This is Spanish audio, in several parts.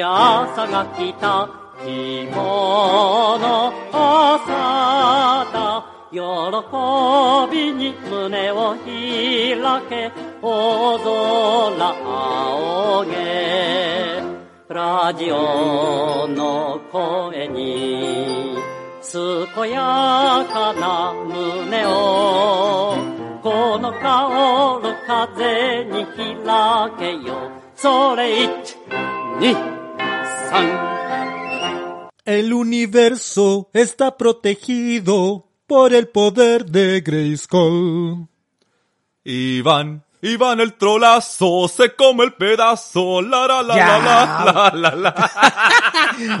から来た着物をさた喜びに胸を開け大空仰げラジオの声に健やかな胸をこの香る風に開けよそれ一二三 El universo está protegido por el poder de Grayskull. Iván, Iván el trolazo, se come el pedazo, la la la Ya. la la la la.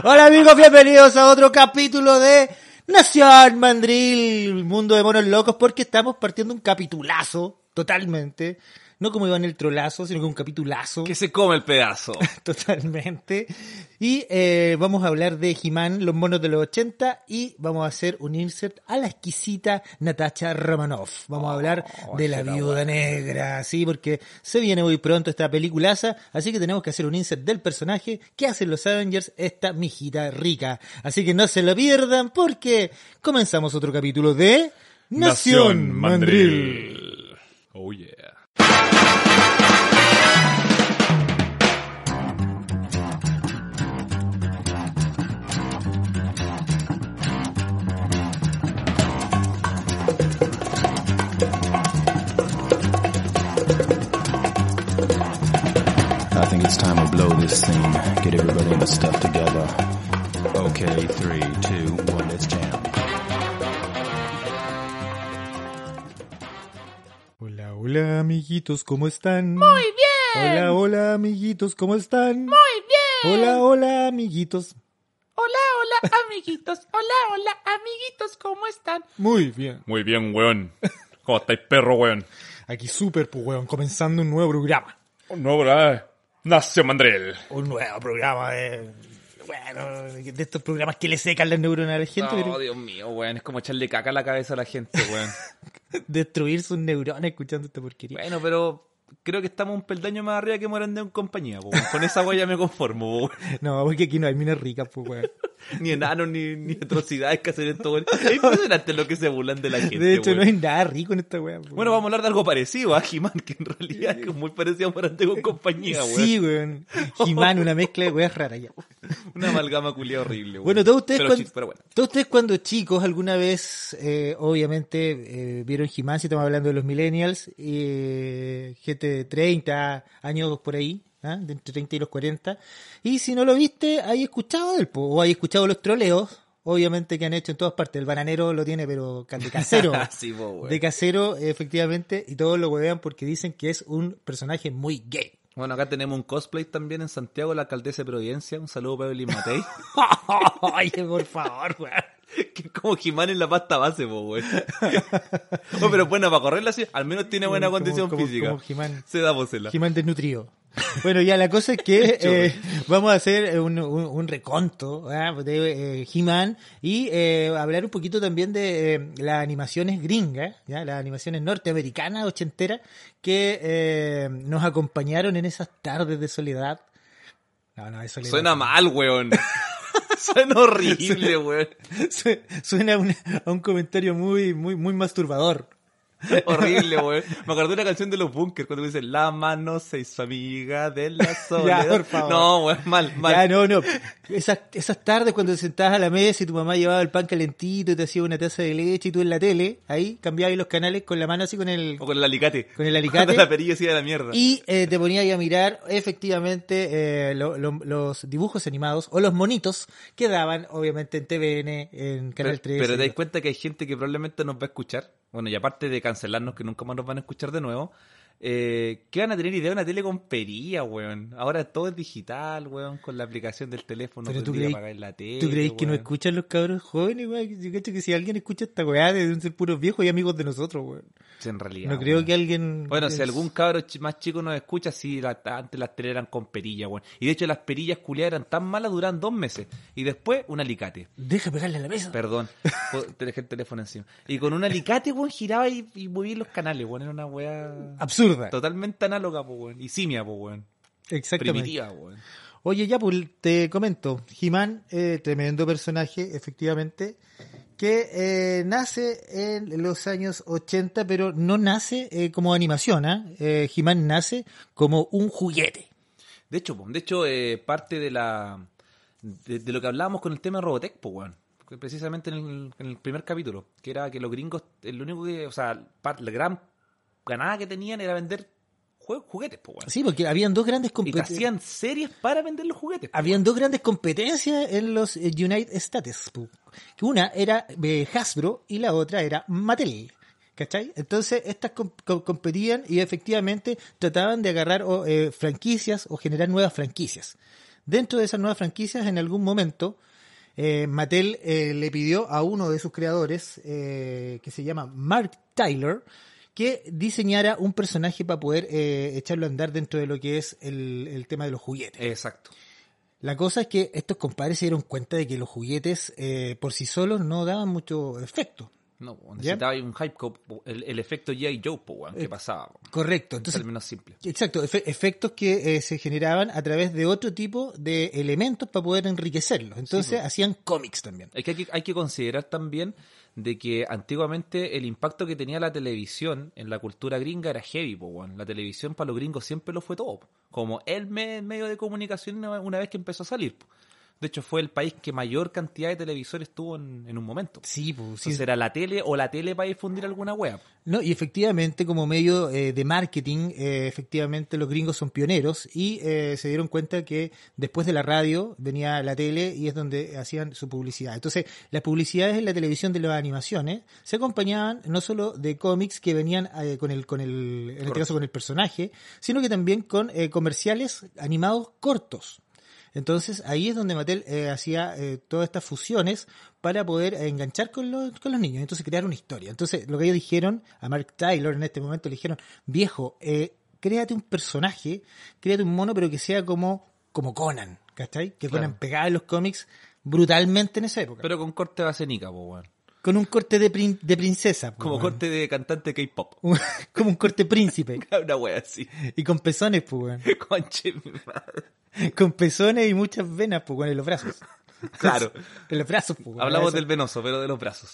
Hola amigos, bienvenidos a otro capítulo de Nación Mandril, mundo de monos locos, porque estamos partiendo un capitulazo, totalmente. No como Iván el trolazo, sino que un capitulazo, que se come el pedazo. totalmente. Y eh, vamos a hablar de He-Man, los monos de los 80, y vamos a hacer un insert a la exquisita Natasha Romanoff. Vamos a hablar Oh, de la será viuda negra, sí, porque se viene muy pronto esta peliculaza, así que tenemos que hacer un insert del personaje que hacen los Avengers, esta mijita rica. Así que no se lo pierdan porque comenzamos otro capítulo de Nación Mandril. Oh yeah. I think it's time to blow this scene. Get everybody in the stuff together. Okay, three, two, one, let's jam. Hola, hola amiguitos, ¿cómo están? Muy bien. Hola, hola amiguitos, ¿cómo están? Muy bien. Hola, hola amiguitos. Hola, hola, amiguitos. Hola, hola, amiguitos. ¿Cómo están? Muy bien. Muy bien, weón. ¿Cómo estáis, perro, weón? Aquí super, pues, weón, comenzando un nuevo programa. Un nuevo eh, Nación Mandril. Un nuevo programa de... Bueno, de estos programas que le secan las neuronas a la gente, pero- No, Dios mío, weón. Es como echarle caca a la cabeza a la gente, weón. destruir sus neuronas escuchando esta porquería. bueno, pero creo que estamos un peldaño más arriba que Morandé en compañía, po, weón. Con esa weá ya me conformo, po, weón. No, porque aquí no hay minas ricas, pues, weón. Ni enanos, ni, ni atrocidades que hacer esto, weón. Es impresionante lo que se burlan de la gente, De hecho, weón. no hay nada rico en esta weá. pues, Bueno, weón. vamos a hablar de algo parecido a He-Man, que en realidad es muy parecido a Morandé con compañía, weón. Sí, weón. Jimán, una mezcla de weas raras ya. Una amalgama culiada horrible, weón. Bueno, todos ustedes, pero, cuando, chis- pero bueno. todos ustedes cuando chicos alguna vez, eh, obviamente, eh, vieron Jimán, si estamos hablando de los millennials, eh, gente de 30 años por ahí, ¿ah? de entre 30 y los 40. Y si no lo viste, hay escuchado del po, o hay escuchado los troleos, obviamente que han hecho en todas partes. El bananero lo tiene, pero de casero. Sí, po, weón. de casero, efectivamente, y todos lo huevean porque dicen que es un personaje muy gay. Bueno, acá tenemos un cosplay también en Santiago, la alcaldesa de Providencia. Un saludo para Evelyn Matei. Oye, por favor, weón. Que es como Jimán en la pasta base, po, weón. Oh, pero es buena para correrla así, al menos tiene buena Como- condición como- física. como He-Man. Se da posela. He-Man desnutrido. Bueno, ya la cosa es que eh, vamos a hacer un, un- un reconto ¿ah? de eh, He-Man y eh, hablar un poquito también de eh, las animaciones gringas, ¿ya? las animaciones norteamericanas, ochenteras, que eh, nos acompañaron en esas tardes de soledad. No, no, de soledad. Suena mal, weón. Suena horrible, weón. Su- Suena a un, a un comentario muy, muy, muy masturbador. Horrible, weón. Me acordé de una canción de los bunkers cuando dicen La mano se hizo amiga de la soledad. por favor. No, weón, mal, mal. Ya, no, no. Esas, esas tardes cuando te sentabas a la mesa y tu mamá llevaba el pan calentito y te hacía una taza de leche y tú en la tele, ahí cambiabas los canales con la mano así con el... O con el alicate. Con el alicate. Cuando la perilla se iba a la mierda. Y eh, te ponía ahí a mirar efectivamente eh, lo- lo- los dibujos animados o los monitos que daban obviamente en TVN, en Canal 3. Pero te das cuenta que hay gente que probablemente nos va a escuchar. Bueno, y aparte de cancelarnos, que nunca más nos van a escuchar de nuevo. Eh, ¿Qué van a tener idea de una tele con perilla, weón? Ahora todo es digital, weón, con la aplicación del teléfono. Pero tú todo el día creí- apagáis la tele, ¿Tú crees que no weón. escuchan los cabros jóvenes, weón? Yo cacho que si alguien escucha esta weá, deben ser puros viejos y amigos de nosotros, weón. Sí, En realidad. No creo weón. que alguien... Bueno, si es- algún cabro chi- más chico nos escucha, sí, la- antes las teles eran con perilla, weón. Y de hecho las perillas culiadas eran tan malas, duran dos meses. Y después un alicate. Deja pegarle a la mesa. Perdón, po- te dejé el teléfono encima. Y con un alicate, weón, giraba y, y movía los canales, weón. Era una weá... Absurda. Totalmente análoga, po, weón. Y simia, po, weón. Exactamente. Primitiva, weón. Oye, ya, pues te comento. He-Man, eh, tremendo personaje, efectivamente, que eh, nace en los años 80, pero no nace eh, como animación, ¿ah? ¿eh? He-Man nace como un juguete. De hecho, po, de hecho eh, parte de la de, de lo que hablábamos con el tema de Robotech, po, weón. Que precisamente en el, en el primer capítulo, que era que los gringos, el único que, o sea, par- la gran ganada que tenían era vender jue- juguetes, po, weón. Sí, porque habían dos grandes y que competencias. hacían series para vender los juguetes. po. Habían dos grandes competencias en los eh, United States. pu. Que Una era eh, Hasbro y la otra era Mattel. ¿Cachai? Entonces, estas com- com- competían y efectivamente trataban de agarrar o, eh, franquicias o generar nuevas franquicias. Dentro de esas nuevas franquicias, en algún momento, eh, Mattel eh, le pidió a uno de sus creadores, eh, que se llama Mark Tyler, que diseñara un personaje para poder eh, echarlo a andar dentro de lo que es el, el tema de los juguetes. Exacto. La cosa es que estos compadres se dieron cuenta de que los juguetes eh, por sí solos no daban mucho efecto. No, po, necesitaba un hype, co- po, el, el efecto G.I. Joe, po, weón, que Eh, pasaba. po, Correcto. En Entonces, términos simples. exacto, efe- efectos que eh, se generaban a través de otro tipo de elementos para poder enriquecerlos. Entonces hacían cómics también. Es que hay, que hay que considerar también de que antiguamente el impacto que tenía la televisión en la cultura gringa era heavy, po, weón. La televisión para los gringos siempre lo fue todo. po. Como el me- medio de comunicación una, una vez que empezó a salir. po. De hecho, fue el país que mayor cantidad de televisores tuvo en, en un momento. po. Sí, pues, sí. Entonces era la tele o la tele para difundir alguna wea. po. No, y efectivamente, como medio eh, de marketing, eh, efectivamente los gringos son pioneros y eh, se dieron cuenta que después de la radio venía la tele y es donde hacían su publicidad. Entonces, las publicidades en la televisión de las animaciones se acompañaban no solo de cómics que venían eh, con el, con el, en este Correcto. caso con el personaje, sino que también con eh, comerciales animados cortos. Entonces ahí es donde Mattel eh, hacía eh, todas estas fusiones para poder eh, enganchar con los, con los niños, entonces crear una historia. Entonces lo que ellos dijeron a Mark Tyler en este momento le dijeron, viejo, eh, créate un personaje, créate un mono, pero que sea como, como Conan, ¿cachai? Que Claro. Conan pegaba en los cómics brutalmente en esa época. Pero con corte basenica, po, weón. con un corte de, prin- de princesa. pues, Como weón. corte de cantante K-pop. Un- como un corte príncipe. Una wea así. Y con pezones, pues, weón. Conche mi madre. Con pezones y muchas venas, pues, weón, en los brazos. Claro. En los brazos, pues, weón. Hablamos Eso. del venoso, pero de los brazos.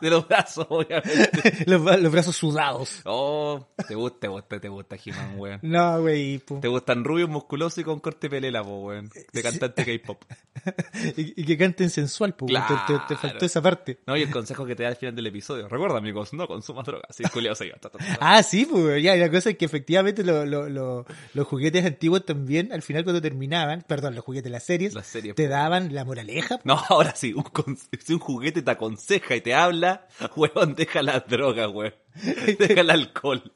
de los brazos, obviamente. los, bra- los brazos sudados. Oh, te gusta, te gusta, te gusta He-Man, weón. No, güey. pu. Te gustan rubios, musculosos y con corte pelela, po, weón. De cantante K-pop. Y, y que canten sensual, pues. Claro. Te, te- te faltó esa parte. No, y el consejo que te da al final del episodio. Recuerda, amigos, no consumas drogas. Sí, culiao se iba. Ta, ta, ta, ta. Ah, sí, pues. Ya, y la cosa es que efectivamente lo- lo- lo- los juguetes antiguos también, al final cuando terminaban, perdón, los juguetes, las series, Las series, te pu. daban la moraleja. pu. No, ahora sí, un con- si un juguete te aconseja y te habla, weón, deja las drogas, weón. Deja el alcohol.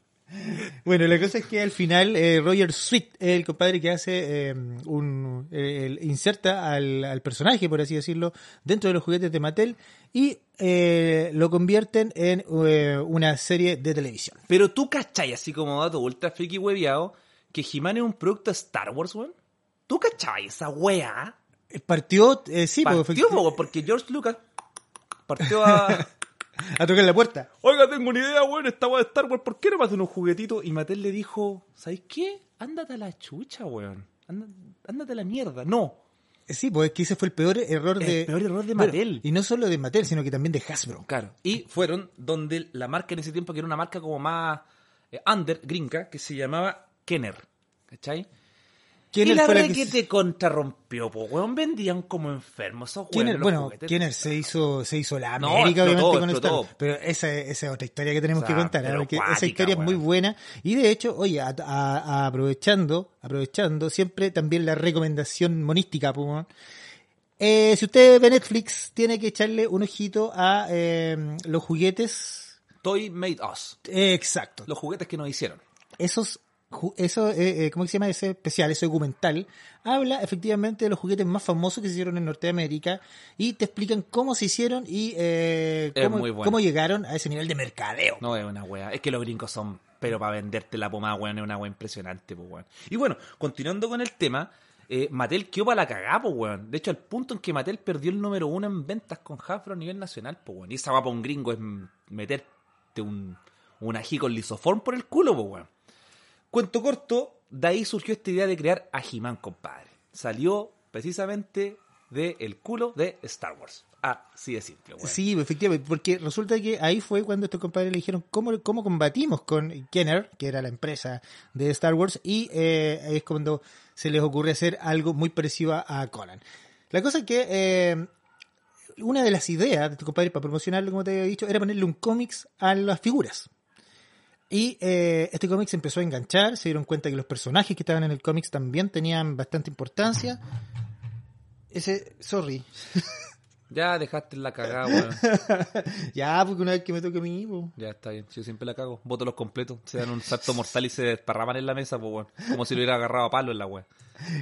Bueno, la cosa es que al final eh, Roger Sweet, el compadre que hace eh, un... eh, el- inserta al, al personaje, por así decirlo, dentro de los juguetes de Mattel y eh, lo convierten en eh, una serie de televisión. Pero tú cachai, así como dato ultra friki hueviado, que He-Man es un producto de Star Wars, weón. ¿Tú cachai esa weá? Partió, eh, sí, pues, efecti- Partió, po, porque George Lucas partió a... a tocar la puerta. Oiga, tengo una idea, weón, esta weá de Star Wars, ¿por qué no más de unos juguetitos? Y Mattel le dijo, ¿sabes qué? Ándate a la chucha, weón. Anda- ándate a la mierda. No. Sí, pues es que ese fue el peor error El de. peor error de Bueno, Mattel. y no solo de Mattel, sino que también de Hasbro. Claro. Y fueron donde la marca en ese tiempo, que era una marca como más eh, under, gringa, que se llamaba Kenner. ¿Cachai? ¿Quién y la fue la verdad que se- te contrarrompió, po, weón. Vendían como enfermos esos Kenner, weones, los bueno, juguetes. Kenner se hizo, se hizo la No, América, explotó, obviamente, con explotó. Star. Pero esa, esa es otra historia que tenemos O que sea, contar, ¿eh? pero porque esa cuática, historia es muy weón. buena. Y de hecho, oye, a- a- a- aprovechando, aprovechando siempre también la recomendación monística, pues, weón. Eh, si usted ve Netflix, tiene que echarle un ojito a eh, los juguetes. Toy Made Us. eh, exacto. Los juguetes que nos hicieron. esos ju- eso eh, eh, cómo se llama ese especial ese documental habla efectivamente de los juguetes más famosos que se hicieron en Norteamérica y te explican cómo se hicieron y eh, Es cómo, muy bueno. cómo llegaron a ese nivel de mercadeo No es una wea. Es que los gringos son. Pero para venderte la pomada, weón, es una wea impresionante, pues, weón. Y bueno, continuando con el tema, eh, Mattel quedó para la cagada, pues, weón. De hecho, al punto en que Mattel perdió el número uno en ventas con Hasbro a nivel nacional, pues, weón. Y esa wea para un gringo es m- meterte un, un ají con lisoform por el culo, pues, weón. Cuento corto, de ahí surgió esta idea de crear a He-Man, compadre. salió precisamente del culo de Star Wars. Así de simple, weón. Sí, efectivamente, porque resulta que ahí fue cuando estos compadres le dijeron cómo, cómo combatimos con Kenner, que era la empresa de Star Wars, y eh, ahí es cuando se les ocurre hacer algo muy parecido a- a Conan. La cosa es que eh, una de las ideas de estos compadres para promocionarlo, como te había dicho, era ponerle un cómics a las figuras. Y eh, este cómic se empezó a enganchar, se dieron cuenta que los personajes que estaban en el cómics también tenían bastante importancia. Ese, sorry, Ya dejaste la cagada, weón. Ya, porque una vez que me toque a mí, po. Ya está bien, yo siempre la cago. Voto los completos, se dan un salto mortal y se desparraman en la mesa, pues, weón. Como si lo hubiera agarrado a palo en la weón.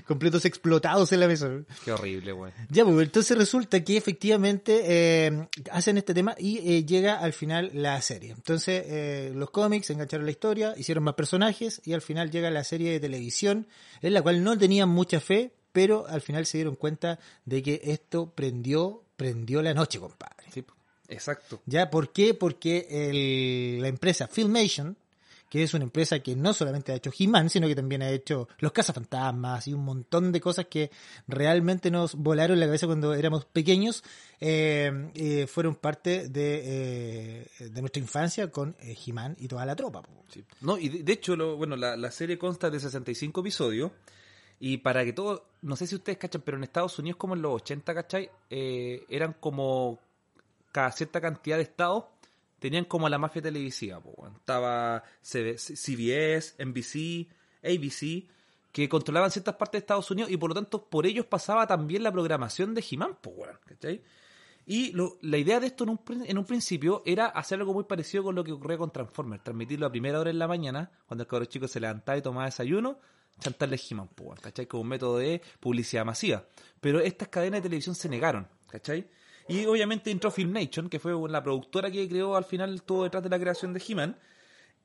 completos explotados en la mesa. Qué horrible, weón. Ya, pues, entonces resulta que efectivamente eh, hacen este tema y eh, llega al final la serie. Entonces, eh, los cómics engancharon la historia, hicieron más personajes y al final llega la serie de televisión, en la cual no tenían mucha fe, pero al final se dieron cuenta de que esto prendió, prendió la noche, compadre. Sí, po. exacto. ¿Ya? ¿Por qué? Porque el- la empresa Filmation, que es una empresa que no solamente ha hecho He-Man, sino que también ha hecho Los Cazafantasmas y un montón de cosas que realmente nos volaron la cabeza cuando éramos pequeños, eh, eh, fueron parte de, eh, de nuestra infancia con eh, He-Man y toda la tropa. po. Sí. No, y de, de hecho, lo- bueno, la, la serie consta de 65 episodios. Y para que todo, no sé si ustedes cachan, pero en Estados Unidos, como en los 80, ¿cachai? Eh, eran como cada cierta cantidad de estados tenían como la mafia televisiva. po, weón. Estaba CB CBS, NBC, ABC, que controlaban ciertas partes de Estados Unidos y por lo tanto por ellos pasaba también la programación de He-Man, po, weón, ¿cachai? Y lo- la idea de esto en un, prin- en un principio era hacer algo muy parecido con lo que ocurría con Transformers, transmitirlo a primera hora en la mañana, cuando el cabrón chico se levantaba y tomaba desayuno, chantarle He-Man, po, weón, ¿cachai? Como un método de publicidad masiva. Pero estas cadenas de televisión se negaron, ¿cachai? Y obviamente entró Filmation, que fue la productora que creó al final, estuvo detrás de la creación de He-Man,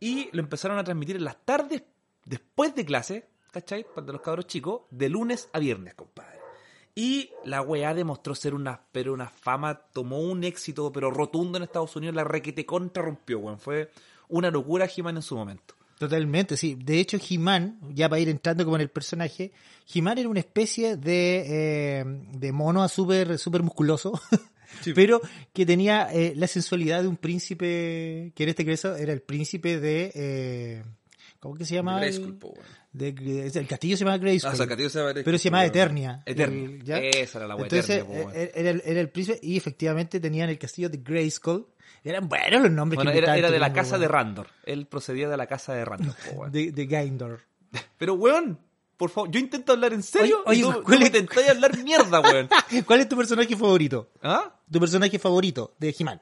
y lo empezaron a transmitir en las tardes después de clase, ¿cachai? Para los cabros chicos, de lunes a viernes, compadre. Y la weá demostró ser una, pero una fama, tomó un éxito, pero rotundo en Estados Unidos, la requete contra rompió, weón. Fue una locura He-Man en su momento. Totalmente, sí. De hecho, He-Man, ya para ir entrando como en el personaje, He-Man era una especie de, eh, de mono súper super musculoso, pero que tenía eh, la sensualidad de un príncipe, que en este caso era el príncipe de... eh, ¿Cómo que se llama? Grayskull, po, weón. De- de- el castillo se llama Grayskull. Ah, o sea, Castillo se llama Grayskull, Pero se llamaba pero- Eternia. Eternia. El- ¿ya? Esa era la wea Entonces, Eternia, po, weón. eh, era, el- era el príncipe y efectivamente tenían el castillo de Grayskull. Eran buenos los nombres Bueno, que era, inventaban era de estos la gringos, casa de weón. Randor. Él procedía de la casa de Randor, po, weón. de, de Gaindor. Pero, weón, por favor, yo intento hablar en serio Oye, y oye, ¿cuál tú, tú me es- intentáis hablar mierda, weón. ¿Cuál es tu personaje favorito? ¿Ah? Tu personaje favorito de He-Man.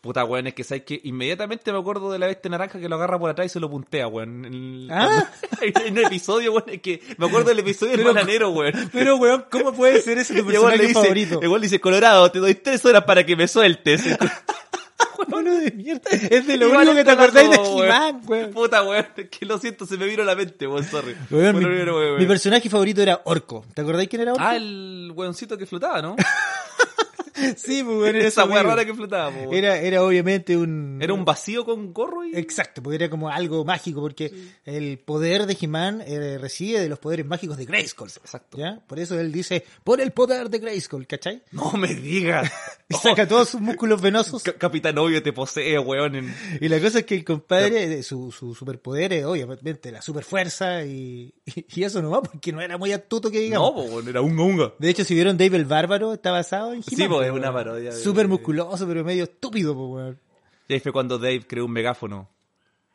Puta, weón, es que sabes que inmediatamente me acuerdo de la bestia naranja que lo agarra por atrás y se lo puntea, weón. En, el- Ah. cuando- en un episodio, weón, es que me acuerdo del episodio del bananero, weón. Pero, weón, ¿cómo puede ser ese tu Y el weón le dice, el weón le dice, Colorado, te doy tres horas para que me sueltes. de mierda. Es de lo Igual único que te un pedazo, acordáis de weón. He-Man, weón. Puta, weón, es que lo siento, se me vino a la mente, weón, sorry. Weón, mi, Bueno, bueno, bueno, mi bueno. personaje favorito era Orco. ¿Te acordáis quién era Orco? Ah, el weoncito que flotaba, ¿no? sí, pues, weón, era Esa su weá amigo. rara que flotaba, po, weón. Era, era obviamente un... Era un vacío con gorro y... Exacto, porque era como algo mágico, porque el poder de He-Man eh, reside de los poderes mágicos de Grayskull. Exacto. ¿ya? Por eso él dice, por el poder de Grayskull, ¿cachai? No me digas. Y saca todos sus músculos venosos. Ca- Capitán Obvio te posee, weón. en- Y la cosa es que el compadre, eh, su, su superpoder es obviamente la superfuerza y, y, y eso no va porque no era muy astuto que digamos. No, po, weón, era un unga. de hecho, si vieron Dave el Bárbaro, está basado en Sí, po, es una parodia de- Súper musculoso, pero medio estúpido, po, weón. Y ahí fue cuando Dave creó un megáfono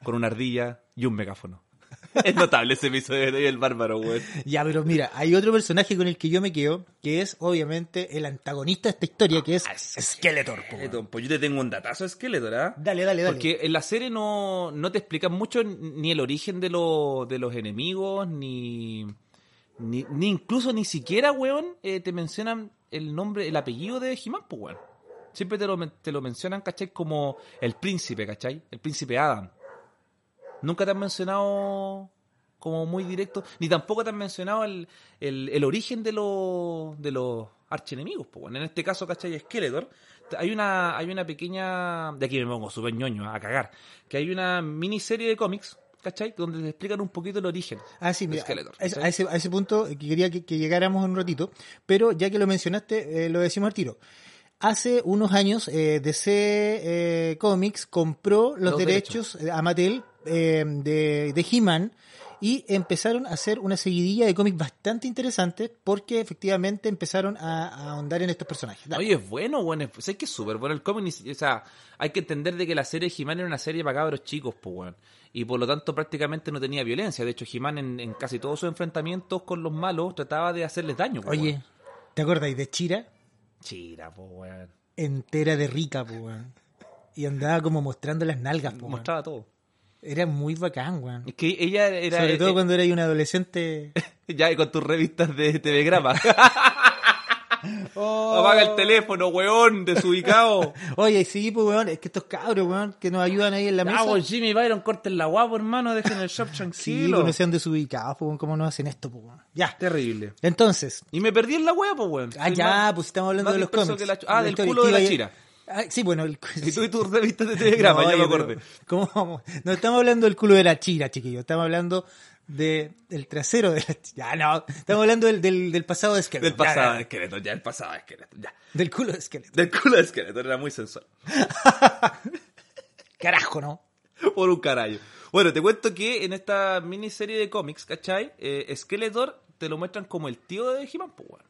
con una ardilla y un megáfono. es notable ese episodio de Dave el Bárbaro, weón. Ya, pero mira, hay otro personaje con el que yo me quedo, que es obviamente el antagonista de esta historia, que es Ah, Skeletor, po, weón. Pues yo te tengo un datazo Skeletor, ¿ah? Dale, dale, dale. Porque en la serie no, no te explican mucho ni el origen de, lo- de los enemigos, ni, ni, ni incluso ni siquiera, weón, eh, te mencionan el nombre, el apellido de He-Man, pues, weón. Siempre te lo, men- te lo mencionan, ¿cachai? Como el príncipe, ¿cachai? El príncipe Adam. Nunca te han mencionado como muy directo, ni tampoco te han mencionado el, el- el origen de los de los archienemigos. Pues, bueno. En este caso, ¿cachai? Skeletor. Hay una, hay una pequeña. De aquí me pongo súper ñoño a cagar. Que hay una miniserie de cómics ¿cachai? Donde te explican un poquito el origen. Ah, sí, de mira, Skeletor, a, ese- ¿cachai? a ese, a ese punto que quería que, que llegáramos en un ratito, pero ya que lo mencionaste, eh, lo decimos al tiro. Hace unos años, eh, DC eh, Comics compró los, Los derechos eh, a Mattel eh, de, de He-Man y empezaron a hacer una seguidilla de cómics bastante interesante porque efectivamente empezaron a, a ahondar en estos personajes. Dale. Oye, es bueno, bueno. Es, sé que es súper bueno el cómic. ni si- O sea, hay que entender de que la serie de He-Man era una serie para cabros chicos, pues, weón. Y por lo tanto prácticamente no tenía violencia. De hecho, He-Man en, en casi todos sus enfrentamientos con los malos trataba de hacerles daño, pues, Oye, weón. ¿te acordáis de Chira? Chira, pues, weón. Entera de rica, po, weón. Y andaba como mostrando las nalgas, po, weón. Mostraba todo. Era muy bacán, weón. Es que ella era... Sobre eh, todo eh, cuando eres un adolescente. Ya, y con tus revistas de TV Grama. Oh. Apaga el teléfono, weón, desubicado. Oye, sí, pues, weón, es que estos cabros, weón, que nos ayudan ahí en la mesa. Ah, weón, Jimmy Byron, corten la guapo, hermano, dejen el shop pues, sí, tranquilo. pues, no sean desubicados, pues, weón, cómo no hacen esto, pues, weón. Ya. Terrible. Entonces. Y me perdí en la wea, pues, weón. Ah, Estoy ya, más- pues estamos hablando más de los disperso cómics. que la chu- ah, del Historia, culo de la iba- chira. Ah, sí, bueno, el Y tú y tus revistas de telegrama, ya me oye, acordé. pero, ¿Cómo vamos? No estamos hablando del culo de la chira, chiquillo. Estamos hablando de, del trasero de la chira. Ah, no. Estamos hablando del, del, del pasado de esqueleto. Ya, Del pasado ya, de esqueleto, ya, el pasado de esqueleto, ya. del culo de esqueleto. Del culo de esqueleto, era muy sensual. Carajo, ¿no? Por un carajo. Bueno, te cuento que en esta miniserie de cómics, ¿cachai? Eh, Skeletor te lo muestran como el tío de He-Man, po, weón.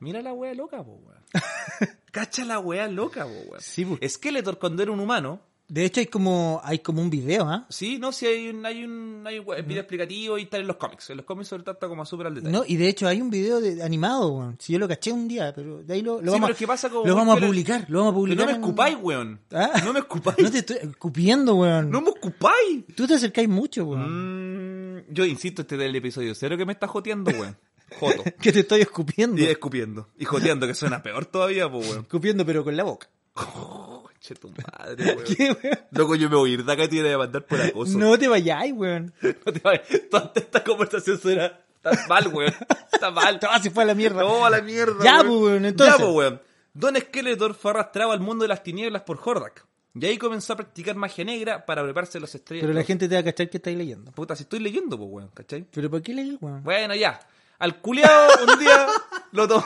Mira la wea loca, po, weón. Cacha la wea loca, po, weón. Sí, po. Skeletor, cuando era un humano, De hecho, hay como, hay como un video, ¿ah? sí, no, sí, hay un, hay un, hay un wea- video explicativo y está en los cómics. En los cómics sobre todo está como súper al detalle. No, y de hecho hay un video de, animado, weón. Si yo lo caché un día, pero de ahí lo, lo Sí, vamos, pero es que pasa como lo muy vamos a viola- publicar, lo vamos a Pero publicar. no me en- escupáis, weón. ¿Ah? No me escupáis. No te estoy escupiendo, weón. No me escupáis. Tú te acercáis mucho, weón. Mm, yo insisto, este es el episodio cero que me está joteando, weón. Joto. Que te estoy escupiendo. Y escupiendo. Y joteando, que suena peor todavía, pues, weón. Escupiendo, pero con la boca. Conche tu madre, weón. ¿Qué, weón? Loco, yo me voy a ir de acá y te voy a mandar por acoso. No te vayáis, weón. No te vayas. Toda esta conversación suena... Está mal, weón. Está mal. Ah, se fue a la mierda. No, a la mierda, Ya, pues, weón, entonces. Ya, pues, weón. Don Skeletor fue arrastrado al mundo de las tinieblas por Hordak. Y ahí comenzó a practicar magia negra para prepararse los estrellas. Pero la gente te va a cachar que estáis leyendo. Puta, si estoy leyendo, pues, weón, ¿cachai? ¿Pero para qué leí, weón? Bueno, ya. Al culiao un día lo tomó.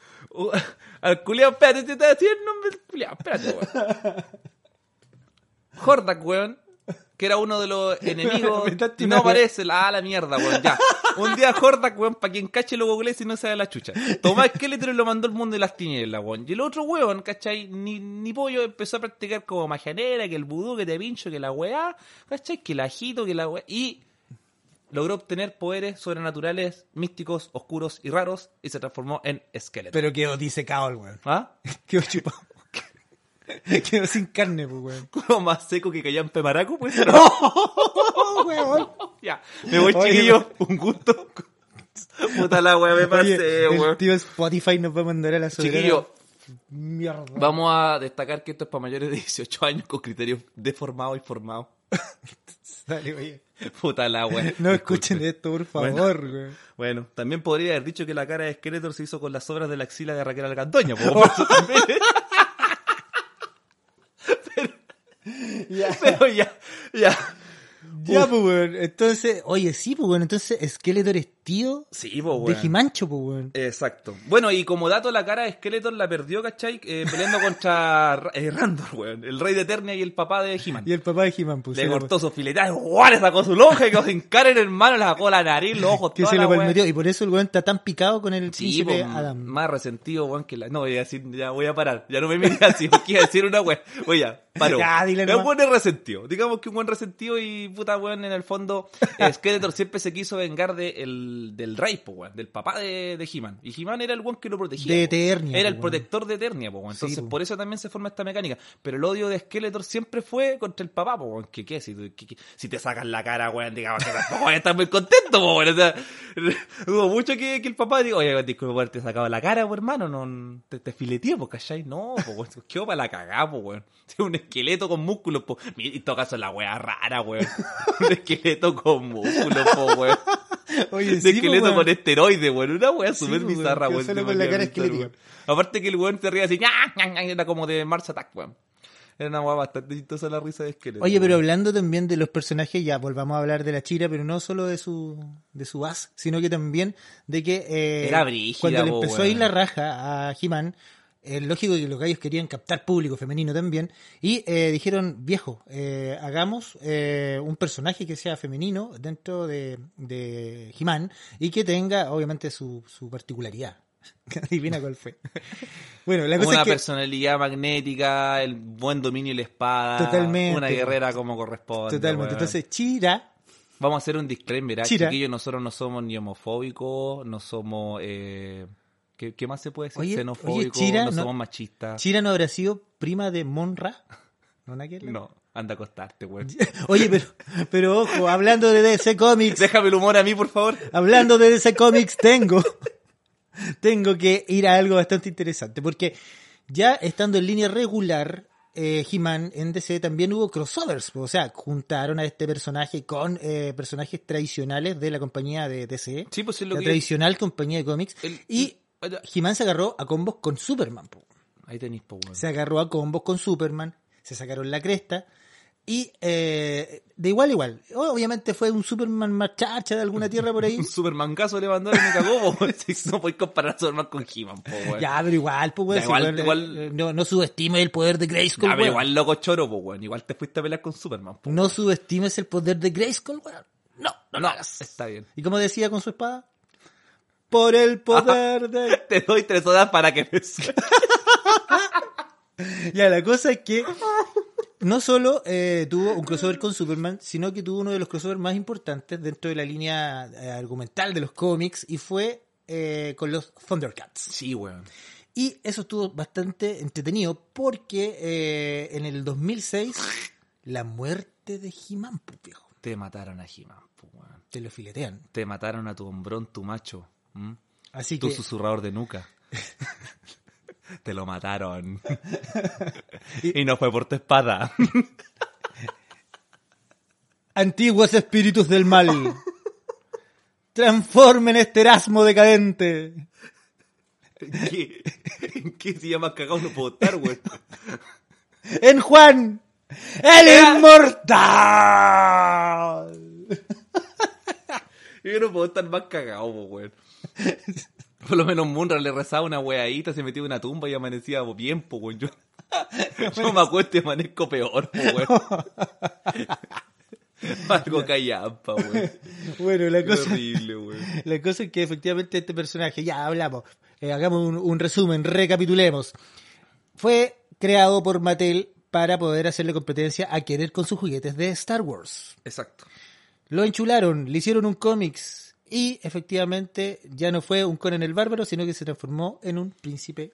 Al culiao, espérate, te voy a decir el nombre del culiao, espérate, weón. Hordak, weón, que era uno de los enemigos. Me metaste una No weá. aparece, la, ah, la mierda, weón, ya. Un día Hordak, weón, para quien cache lo google si no se da la chucha. Tomás Skeletor y lo mandó al mundo de las tinieblas, weón. Y el otro weón, ¿cachai? Ni, ni pollo empezó a practicar como magia negra, que el vudú, que te pincho, que la weá, ¿cachai? Que la ajito, que la weá. Y logró obtener poderes sobrenaturales, místicos, oscuros y raros y se transformó en esqueleto. Pero quedó disecado el weón. ¿Ah? Quedó chupado. quedó sin carne, pues, weón. Como más seco que Callampe Maraco, pues. ser. Oh, weón. ya, me voy, Oye, chiquillo. Un gusto. Puta la wea, me Oye, pasé, el weón. tío Spotify nos va a mandar a la soberana. Chiquillo, Mierda. vamos a destacar que esto es para mayores de 18 años con criterios deformados y formados. Dale, oye. Puta la wea. No escuchen esto, por favor, güey. Bueno, también podría haber dicho que la cara de Skeletor se hizo con las obras de la axila de Raquel Alcandoña. po, por eso también. Ya, Pero ya, ya. ya, pues, weón. Entonces, oye, sí, pues, weón. Entonces, Skeletor es tío Sí, po, de Jimancho, pues, weón. Exacto. Bueno, y como dato, la cara de Skeletor la perdió, ¿cachai? Eh, peleando contra Ra- eh, Randor, weón. El rey de Eternia y el papá de He-Man. Y el papá de He-Man, pues. Le se lo- cortó sus filetas, ¡guau! Le sacó su lonja y quedó sin cara el hermano, le sacó la nariz, los ojos, Que toda se la lo weá. palmeteó. Y por eso el weón está tan picado con el Sí, pues, príncipe po, Adam. más resentido, weón, que la... No, voy a decir, ya voy a parar. Ya no me mires así, porque iba a decir una weón. Oye, ya, paro. Ya, dile es un nomás. buen resentido. Digamos que un buen resentido y, puta, weón, en el fondo, eh, Skeletor siempre se quiso vengar de el- del rey, po, weón, del papá de, de He-Man. Y He-Man era el weón que lo protegía. De po. Eternia, po, Era el weón. protector de Eternia, po, weón. Entonces, po. por eso también se forma esta mecánica. Pero el odio de Skeletor siempre fue contra el papá, po, weón. ¿Qué, qué? Si, tú- qué- qué- si te sacan la cara, weón, digamos que tampoco voy a estar muy contento, po, weón. O sea, hubo mucho que, que el papá diga, oye, disculpa por haberte sacado la cara, po, hermano, no, te, te fileteé, po, ¿cachai? No, po, weón, quedó para la cagá, po, weón. Es un esqueleto con músculos, po. Mira, en todo caso, la weá rara, weón. un esqueleto con músculos, po, weón. Oye, pues, Un esqueleto con esteroides, weón. Una weá súper po, weón, bizarra, quedó weón. solo con se la podría cara pensar, esquelética. weón. Aparte que el weón te ríe así, ña, ña, ña, era como de Mars Attack, weón. Era una hueá bastante chistosa la risa de esqueleto. Oye, pero weón. hablando también de los personajes, ya volvamos a hablar de la Chira, pero no solo de su de su as, sino que también de que eh, Era brígida, cuando le po, empezó a weón. ir la raja a He-Man, eh, lógico que los gallos querían captar público femenino también, y eh, dijeron, viejo, eh, hagamos eh, un personaje que sea femenino dentro de, de He-Man y que tenga, obviamente, su, su particularidad. Adivina cuál fue. Bueno, la Como cosa una es que... personalidad magnética, el buen dominio y la espada. Totalmente. Una guerrera como corresponde. Totalmente. weón. Entonces, Chira Vamos a hacer un disclaimer, ¿ah? Chira. chiquillos, nosotros no somos ni homofóbicos, no somos... Eh, ¿qué, qué más se puede decir? Oye, oye, Xenofóbicos, Chira, no, no- somos machistas. ¿Chira no habrá sido prima de Monra? ¿No, nada que ver? No, anda a acostarte, weón. Oye, pero, pero ojo, hablando de DC Comics, Déjame el humor a mí, por favor. hablando de DC Comics, tengo, tengo que ir a algo bastante interesante, porque ya estando en línea regular, eh, He-Man en DC también hubo crossovers, o sea, juntaron a este personaje con eh, personajes tradicionales de la compañía de DC, Sí, pues es lo la que... tradicional compañía de cómics, el- y Ay, ay, He-Man se agarró a combos con Superman. po. Ahí tenéis, po, weón. se agarró a combos con Superman, se sacaron la cresta. Y eh, de igual a igual, obviamente fue un Superman machacha de alguna tierra por ahí. Un supermancazo le mandó y me cagó, po, weón. Si no podéis comparar a Superman con He-Man, po, weón. ya, pero igual, pues, weón, Da si, igual, weón, igual- eh, no, no subestimes el poder de Grayskull. Ya, pero weón. igual loco choro, po, weón. Igual te fuiste a pelear con Superman, po. No subestimes el poder de Grayskull, weón. No, no lo hagas. Está bien. ¿Y cómo decía con su espada? Por el poder de Te doy tres horas para que... me- Ya, la cosa es que no solo eh, tuvo un crossover con Superman, sino que tuvo uno de los crossovers más importantes dentro de la línea eh, argumental de los cómics y fue eh, con los Thundercats. Sí, weón. Y eso estuvo bastante entretenido porque eh, en el 2006 la muerte de He-Man, pues, viejo, Te mataron a He-Man, po, weón. te lo filetean. Te mataron a tu hombrón, tu macho. ¿m? Así Tu que susurrador de nuca. Te lo mataron. y no fue por tu espada. antiguos espíritus del mal, transformen este Erasmo decadente. ¿En qué, en qué se llama cagado no puedo estar, güey? en Juan, el inmortal. Yo no puedo estar más cagado, po, güey. Por lo menos Munra le rezaba una weadita, se metía en una tumba y amanecía bien, po, güey. Yo, yo me acuesto y amanezco peor, po, güey. Algo callampa, güey. Bueno, la Qué cosa, horrible, güey. la cosa es que efectivamente este personaje, ya hablamos, eh, hagamos un, un resumen, recapitulemos. Fue creado por Mattel para poder hacerle competencia a querer con sus juguetes de Star Wars. Exacto. Lo enchularon, le hicieron un cómics y efectivamente ya no fue un Conan el Bárbaro, sino que se transformó en un príncipe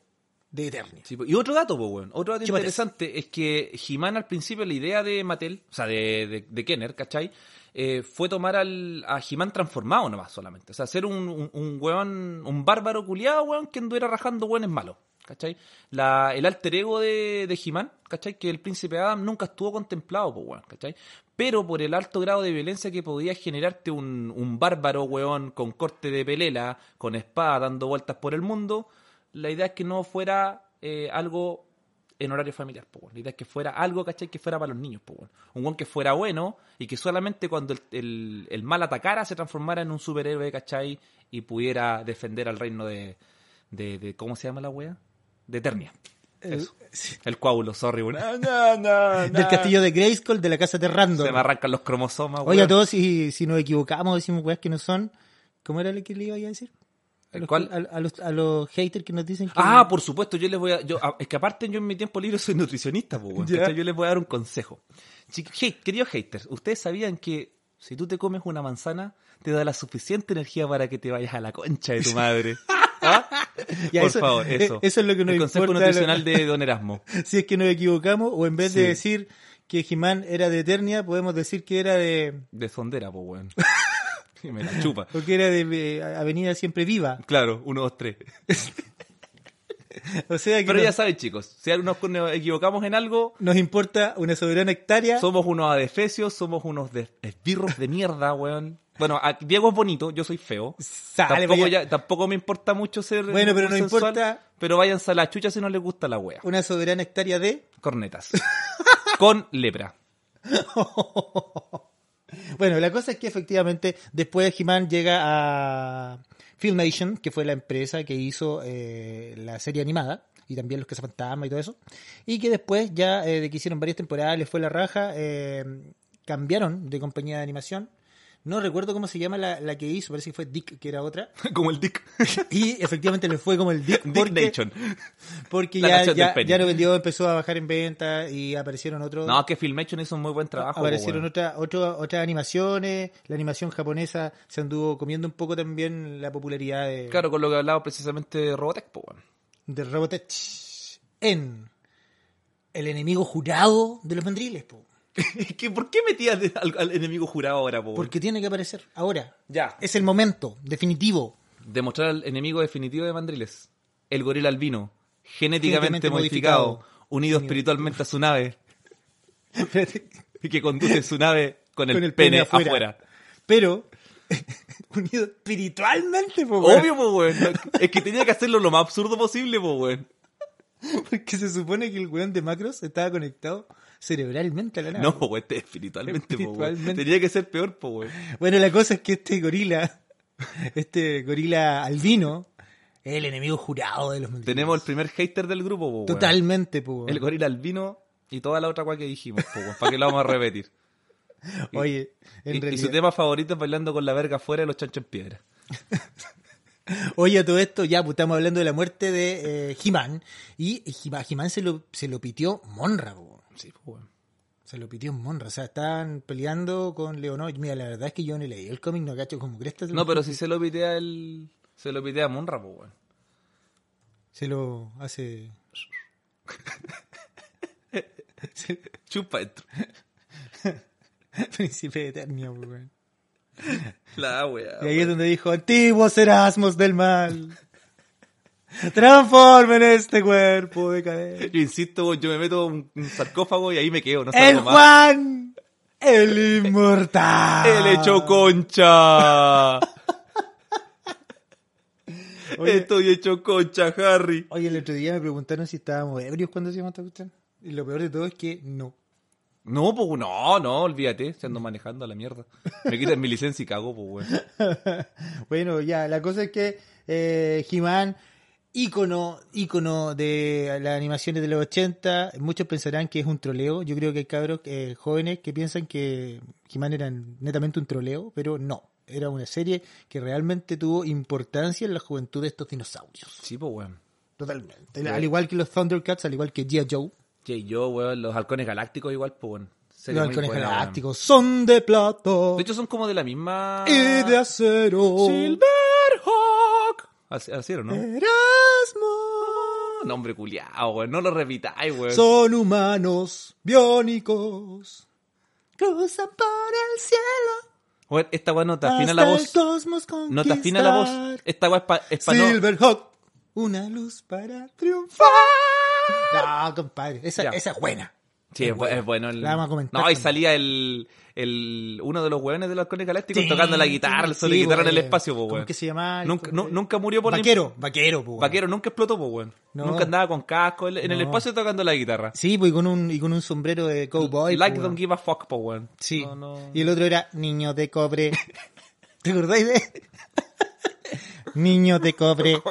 de Eternia. Sí, po. y otro dato, po, weón. Otro dato ¿Qué parece? interesante es que He-Man al principio la idea de Mattel, o sea, de, de, de Kenner, ¿cachai? Eh, fue tomar al, a He-Man transformado nomás solamente. O sea, ser un, un, un weón, un bárbaro culiado, weón, que anduviera rajando weones malos. ¿Cachai? La, el alter ego de, de He-Man, ¿cachai? Que el príncipe Adam nunca estuvo contemplado, po, weón, ¿cachai? Pero por el alto grado de violencia que podía generarte un, un bárbaro, weón, con corte de pelela, con espada, dando vueltas por el mundo, la idea es que no fuera eh, algo en horario familiar, po, weón. la idea es que fuera algo, ¿cachai? Que fuera para los niños, po, weón. un weón que fuera bueno y que solamente cuando el, el- el mal atacara se transformara en un superhéroe, ¿cachai? Y pudiera defender al reino de, de, de- ¿cómo se llama la wea? De Eternia. Eso. El coágulo, sorry, weón. Ah, na, na, na. Del castillo de Grayskull, de la casa de Random. Se me arrancan los cromosomas, Oye, a weón. todos, si, si nos equivocamos, decimos weas que no son. ¿Cómo era lo que le iba a decir? A ¿El los, cuál? A, a los, a los haters que nos dicen que. Ah, por supuesto, yo les voy a. Yo, a- es que aparte, yo en mi tiempo libre soy nutricionista, po, weón, Ya. ¿cachai? Yo les voy a dar un consejo. Chiqui- hate- queridos haters, ¿ustedes sabían que si tú te comes una manzana, te da la suficiente energía para que te vayas a la concha de tu madre? ¿Ah? Ya, Por eso- favor, eh, eso. eso es lo que nos El consejo importa, nutricional lo- de Don Erasmo. Si es que nos equivocamos, o en vez de Sí. decir que Jimán era de Eternia, podemos decir que era de. De sondera, po, weón. Y me la chupa. o que era de eh, Avenida Siempre Viva. Claro, uno, dos, tres. O sea que Pero nos, ya saben, chicos, si nos nos equivocamos en algo, nos importa una soberana hectárea. Somos unos adefesios, somos unos de- esbirros de mierda, weón. Bueno, a- Diego es bonito, yo soy feo. Sale, pues tampoco, vaya. ya- tampoco me importa mucho ser. Bueno, pero no sensual, importa. Pero váyanse a la chucha si no les gusta la wea. Una soberana hectárea de. Cornetas. con lepra. Bueno, la cosa es que efectivamente después He-Man llega a Filmation, que fue la empresa que hizo eh, la serie animada y también los cazafantasmas y todo eso, y que después ya eh, de que hicieron varias temporadas les fue la raja, eh, cambiaron de compañía de animación. No recuerdo cómo se llama la, la que hizo, parece que fue Dick, que era otra. Como el Dick. Y efectivamente le fue como el Dick. Dick porque- Nation. Porque La ya, canción del ya, pene. ya no vendió, empezó a bajar en venta y aparecieron otros. No, que Filmation hizo un muy buen trabajo. aparecieron weón. otra, otra- otras animaciones. La animación japonesa se anduvo comiendo un poco también la popularidad de, Claro, con lo que hablaba precisamente de Robotech, po, weón. de Robotech en el enemigo jurado de los mandriles. po. ¿Qué- ¿Por qué metías de- al, al enemigo jurado ahora, po, weón? Porque tiene que aparecer ahora. Ya. Es el momento definitivo. Demostrar al enemigo definitivo de Mandriles. El gorila albino. Genéticamente Genéticamente modificado. modificado. Unido espiritualmente a su nave. Espérate. Y que conduce su nave con el, pene, afuera. Pero, unido espiritualmente, po, weón. Obvio, po, weón. Es que tenía que hacerlo lo más absurdo posible, po, weón. porque se supone que el weón de Macros estaba conectado cerebralmente a la nave. No, po, weón, este es espiritualmente, po, weón. Espiritualmente. Tenía que ser peor, po, weón. Bueno, la cosa es que este gorila, este gorila albino, es el enemigo jurado de los mundiales. Tenemos el primer hater del grupo, po, weón. Totalmente, po, weón. El gorila albino y toda la otra cual que dijimos, po, weón. ¿Para qué la vamos a repetir? Oye, en Y, y realidad. su tema favorito es bailando con la verga afuera y los chanchos en piedra. Oye, a todo esto, ya, pues estamos hablando de la muerte de eh, He-Man. Y He-Man He-Man se lo, se lo pitió Monra, po, weón. Sí, po, weón. Se lo pitió Monra. O sea, estaban peleando con Leonor. Mira, la verdad es que yo no leí el cómic, no cacho como cresta. se lo- No, pero si se lo pitea el. Se lo pitea a Munra, po, weón. Se lo hace. Chupa esto. Príncipe de Eternia, po, weón. La weá. Y ahí es donde dijo, antiguos Erasmos del mal. Transformen este cuerpo de cadena. Yo insisto, weón, yo me meto un, un sarcófago y ahí me quedo, no El salgo más. Juan, el inmortal. El hecho concha. Oye. Estoy hecho concha, Harry. Oye, el otro día me preguntaron si estábamos ebrios cuando hacíamos esta cuestión. Y lo peor de todo es que no. No, pues no, no, olvídate. Se ando manejando a la mierda. Me quitan mi licencia y cago, pues, weón. bueno, ya, la cosa es que eh, He-Man, ícono, ícono de las animaciones de los 80, muchos pensarán que es un troleo. Yo creo que hay cabros eh, jóvenes que piensan que He-Man era netamente un troleo, pero no. Era una serie que realmente tuvo importancia en la juventud de estos dinosaurios. Sí, pues, weón. Totalmente. Al igual que los Thundercats, al igual que G.I. Joe. Que yo, weón, los halcones galácticos igual, pues, weón. Serie Los muy halcones buena, weón. galácticos son de plata De hecho, son como de la misma. y de acero. Silverhawk. Eh. Así, así era, ¿no? Erasmo. Nombre culiao, weón. No lo repitáis, weón. Son humanos biónicos. Cruzan por el cielo. Weón, esta weón no te afina hasta la voz. El cosmos conquistar. No te afina la voz. Esta weón es para Silverhawk. Una luz para triunfar. No, compadre. Esa, Ya. esa es buena. Sí, es, bu- es bueno. El... La vamos a comentar No, y también. salía el, el uno de los hueones de los Halcones Galácticos tocando la guitarra, el solo Sí, y guitarra en güey. el espacio, po, ¿Cómo weón. que se llamaba? eh? Nunca, nu- nunca murió por la- Vaquero, vaquero, pues, po, weón. Vaquero nunca explotó, po, weón. No. Nunca andaba con casco en en el No. espacio tocando la guitarra. Sí, pues, y con un, y con un sombrero de cowboy. pues, po, like weón. don't give a fuck, po, weón. Sí. No, no. Y el otro era Niño de cobre. ¿Te acordáis de? Niño de cobre.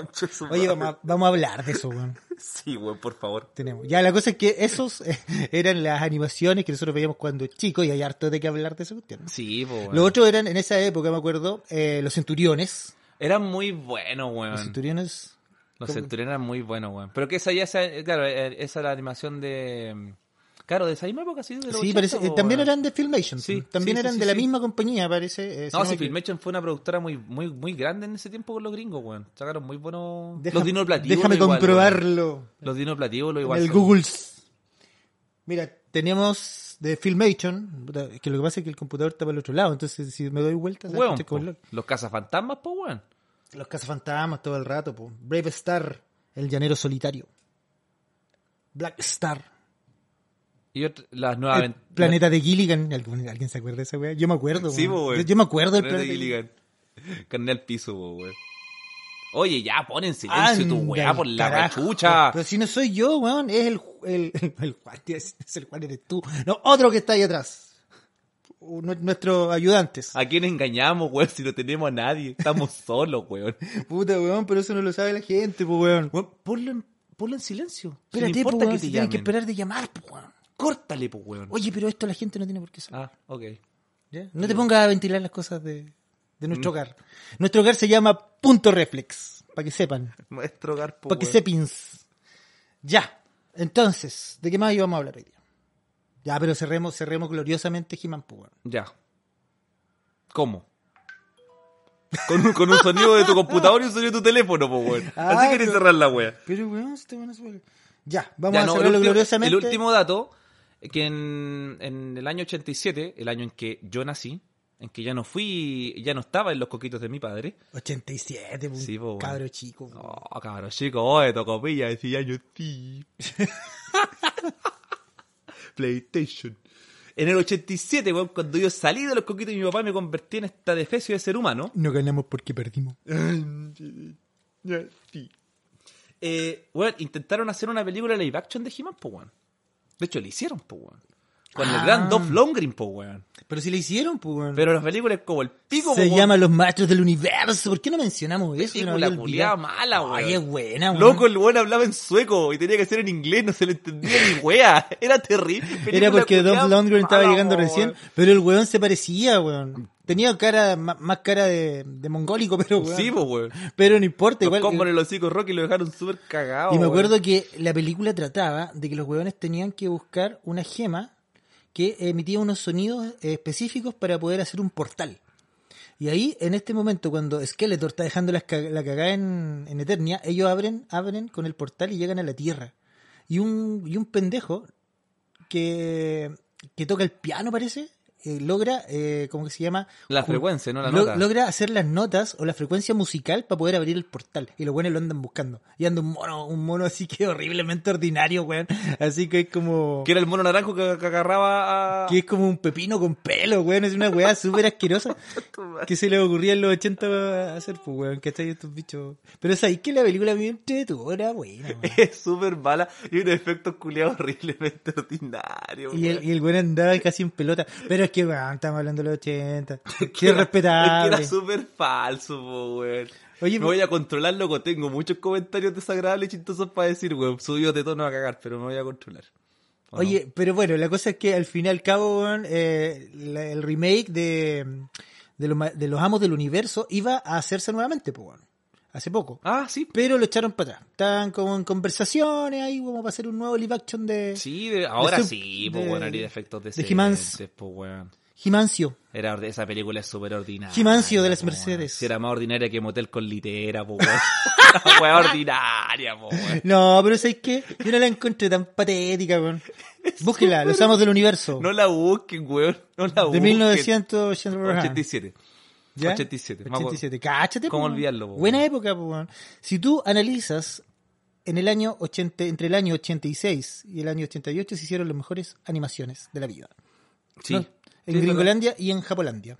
Oye, vamos a, vamos a hablar de eso, weón. Sí, weón, por favor. Tenemos. Ya, la cosa es que esos eh, eran las animaciones que nosotros veíamos cuando chicos y hay harto de que hablar de esa cuestión. Sí, po, weón. Los otros eran, en esa época, me acuerdo, eh, los centuriones. Eran muy buenos, weón. Los centuriones. Los centuriones eran muy buenos, weón. Pero que esa ya, se- claro, eh, esa era la animación de... mm, Claro, de esa misma época, sí, de los Sí, 80, parece, po, eh, también weón. eran de Filmation. Sí, también sí, sí, eran sí, de la sí. misma compañía, parece. eh, si No, me sí, equivoco. Filmation fue una productora muy, muy, muy grande en ese tiempo con los gringos, weón. Sacaron muy buenos. Déjame- los dinoplativos. Déjame igual, weón. comprobarlo. Los dinoplativos lo En igual. el son. Google. Mira, tenemos de Filmation, puta, es que lo que pasa es que el computador está para el otro lado, entonces si me doy vueltas, Weón, estoy po. como loco. Los cazafantasmas, po, weón. los cazafantasmas todo el rato, po. Brave Star, el llanero solitario. Black Star, Y otro- las nuevas. el aven- planeta de Gilligan, ¿Algún- ¿alguien se acuerda de esa weá? Yo me acuerdo, Sí, weón. po, weón. Yo- yo me acuerdo del Planeta planeta de Gilligan. Gilligan. Carne al piso, po, weón. Oye, ya, pon en silencio tu Anda weá al por la carajo. Pues- rechucha. Pero si no soy yo, weón, es el, el, el Juan, te iba a decir, es el Juan, eres tú. No, otro que está ahí atrás. Uno- Nuestros ayudantes. ¿A quién engañamos, weón? Si no tenemos a nadie. Estamos solos, weón. Puta, weón, pero eso no lo sabe la gente, pues, weón. Weón, ponlo en, ponlo en silencio. Si Espérate, no pues, importa weón, que si te tienes llamen. que esperar de llamar, pues, weón. Córtale, pues, weón. Oye, pero esto la gente no tiene por qué saber. Ah, ok. ¿ya? No te pongas a ventilar las cosas de, de Mm. nuestro hogar. Nuestro hogar se llama Punto Reflex, para que sepan. Nuestro garpo, Para que weón. sepins. Ya. Entonces, ¿de qué más íbamos a hablar hoy día? Ya, pero cerremos, cerremos gloriosamente He-Man pues, weón. Ya. ¿Cómo? Con un, con un sonido de tu computador y un sonido de tu teléfono, pues, weón. Ah, Así querés pero- cerrar la weá. Pero weón, este weón es weón. Ya, vamos Ya, a no, cerrarlo el, último, gloriosamente. el último dato, eh, que en, en el año 87, el año en que yo nací, en que ya no fui, ya no estaba en los coquitos de mi padre. 87, pues, Sí, pues, weón. cabro chico. weón. Oh, cabrón, chico, oye, tocopilla, decía yo, sí. PlayStation. En el 87, weón, cuando yo salí de los coquitos y mi papá me convertí en esta defecio de ser humano. No ganamos porque perdimos. Eh, weón, intentaron hacer una película live action de He-Man, po, weón. De hecho, le hicieron, po, weón. Con el Ah. gran Dolph Lundgren, po, weón. Pero si le hicieron, pues, weón. Pero las películas como el pico, po, se weón. llama Los Maestros del Universo. ¿Por qué no mencionamos eso? Se nos película había culiada olvidado. mala, weón. Ay, es buena, weón. Loco, el weón hablaba en sueco y tenía que ser en inglés, no se le entendía ni wea. Era terrible. Era Película porque culiada Dolph Lundgren estaba mala, llegando po, recién, weón. pero el weón se parecía, weón. Tenía cara, ma- más cara de, de mongólico, pero weón. Sí, po, weón. Pero no importa, igual. Los combos en el hocico Rocky lo dejaron súper cagado. Y me weón. acuerdo que la película trataba de que los huevones tenían que buscar una gema que emitía unos sonidos eh, específicos para poder hacer un portal. Y ahí, en este momento, cuando Skeletor está dejando las ca- la cagada en, en Eternia, ellos abren, abren con el portal y llegan a la Tierra. Y un, y un pendejo que, que toca el piano, parece, eh, logra, eh, ¿cómo que se llama? La Ju- frecuencia, no la lo- nota. Logra hacer las notas o la frecuencia musical para poder abrir el portal. Y los buenos lo andan buscando. Y anda un mono, un mono así que horriblemente ordinario, weón. Así que es como. Que era el mono naranjo que, que agarraba a... Que es como un pepino con pelo, weón. Es una weá súper asquerosa. que se le ocurría en los 80 hacer, pues, weón. ¿Cachai? Estos bichos. Pero sabéis que la película me entretuvo, era buena, weón. Es súper mala y un efecto culiado horriblemente ordinario. Y el, weón. y el weón andaba casi en pelota. Pero es que, weón, estamos hablando de los 80. Qué Que era- es respetable. que era súper falso, po, weón. Oye, me voy a controlar, loco. Tengo muchos comentarios desagradables y chistosos para decir, weón. Subió de tono a cagar, pero me voy a controlar. ¿O Oye, pero bueno, la cosa es que al fin y al cabo, weón, eh, la- el remake de, de, los, ma- de los Amos del Universo iba a hacerse nuevamente, pues, weón, hace poco. no? Ah, sí. Pero lo echaron para atrás. Estaban como en conversaciones ahí, como para hacer un nuevo live action de Sí, de- ahora de sub- sí, po, de- weón. Haría efectos de decentes, He-Man's. po, weón. Himancio. Era, orde- esa película es súper ordinaria. Jimancio de las po, weón. Mercedes. Si era más ordinaria que Motel con Litera, po, weón. Una weá ordinaria, po, weón. No, pero ¿sabes qué? Yo no la encontré tan patética, weón. Búsquela, los Amos del Universo. No la busquen, weón. No la de busquen. 1987. 87. ¿Ya? 87, me acuerdo. 87. Cáchate, ¿Cómo po, weón. olvidarlo, po, weón? Buena época, po, weón. Si tú analizas en el año 80, entre el año 86 y el año 88 se hicieron las mejores animaciones de la vida. Sí. ¿no? En Sí, Gringolandia y en Japolandia.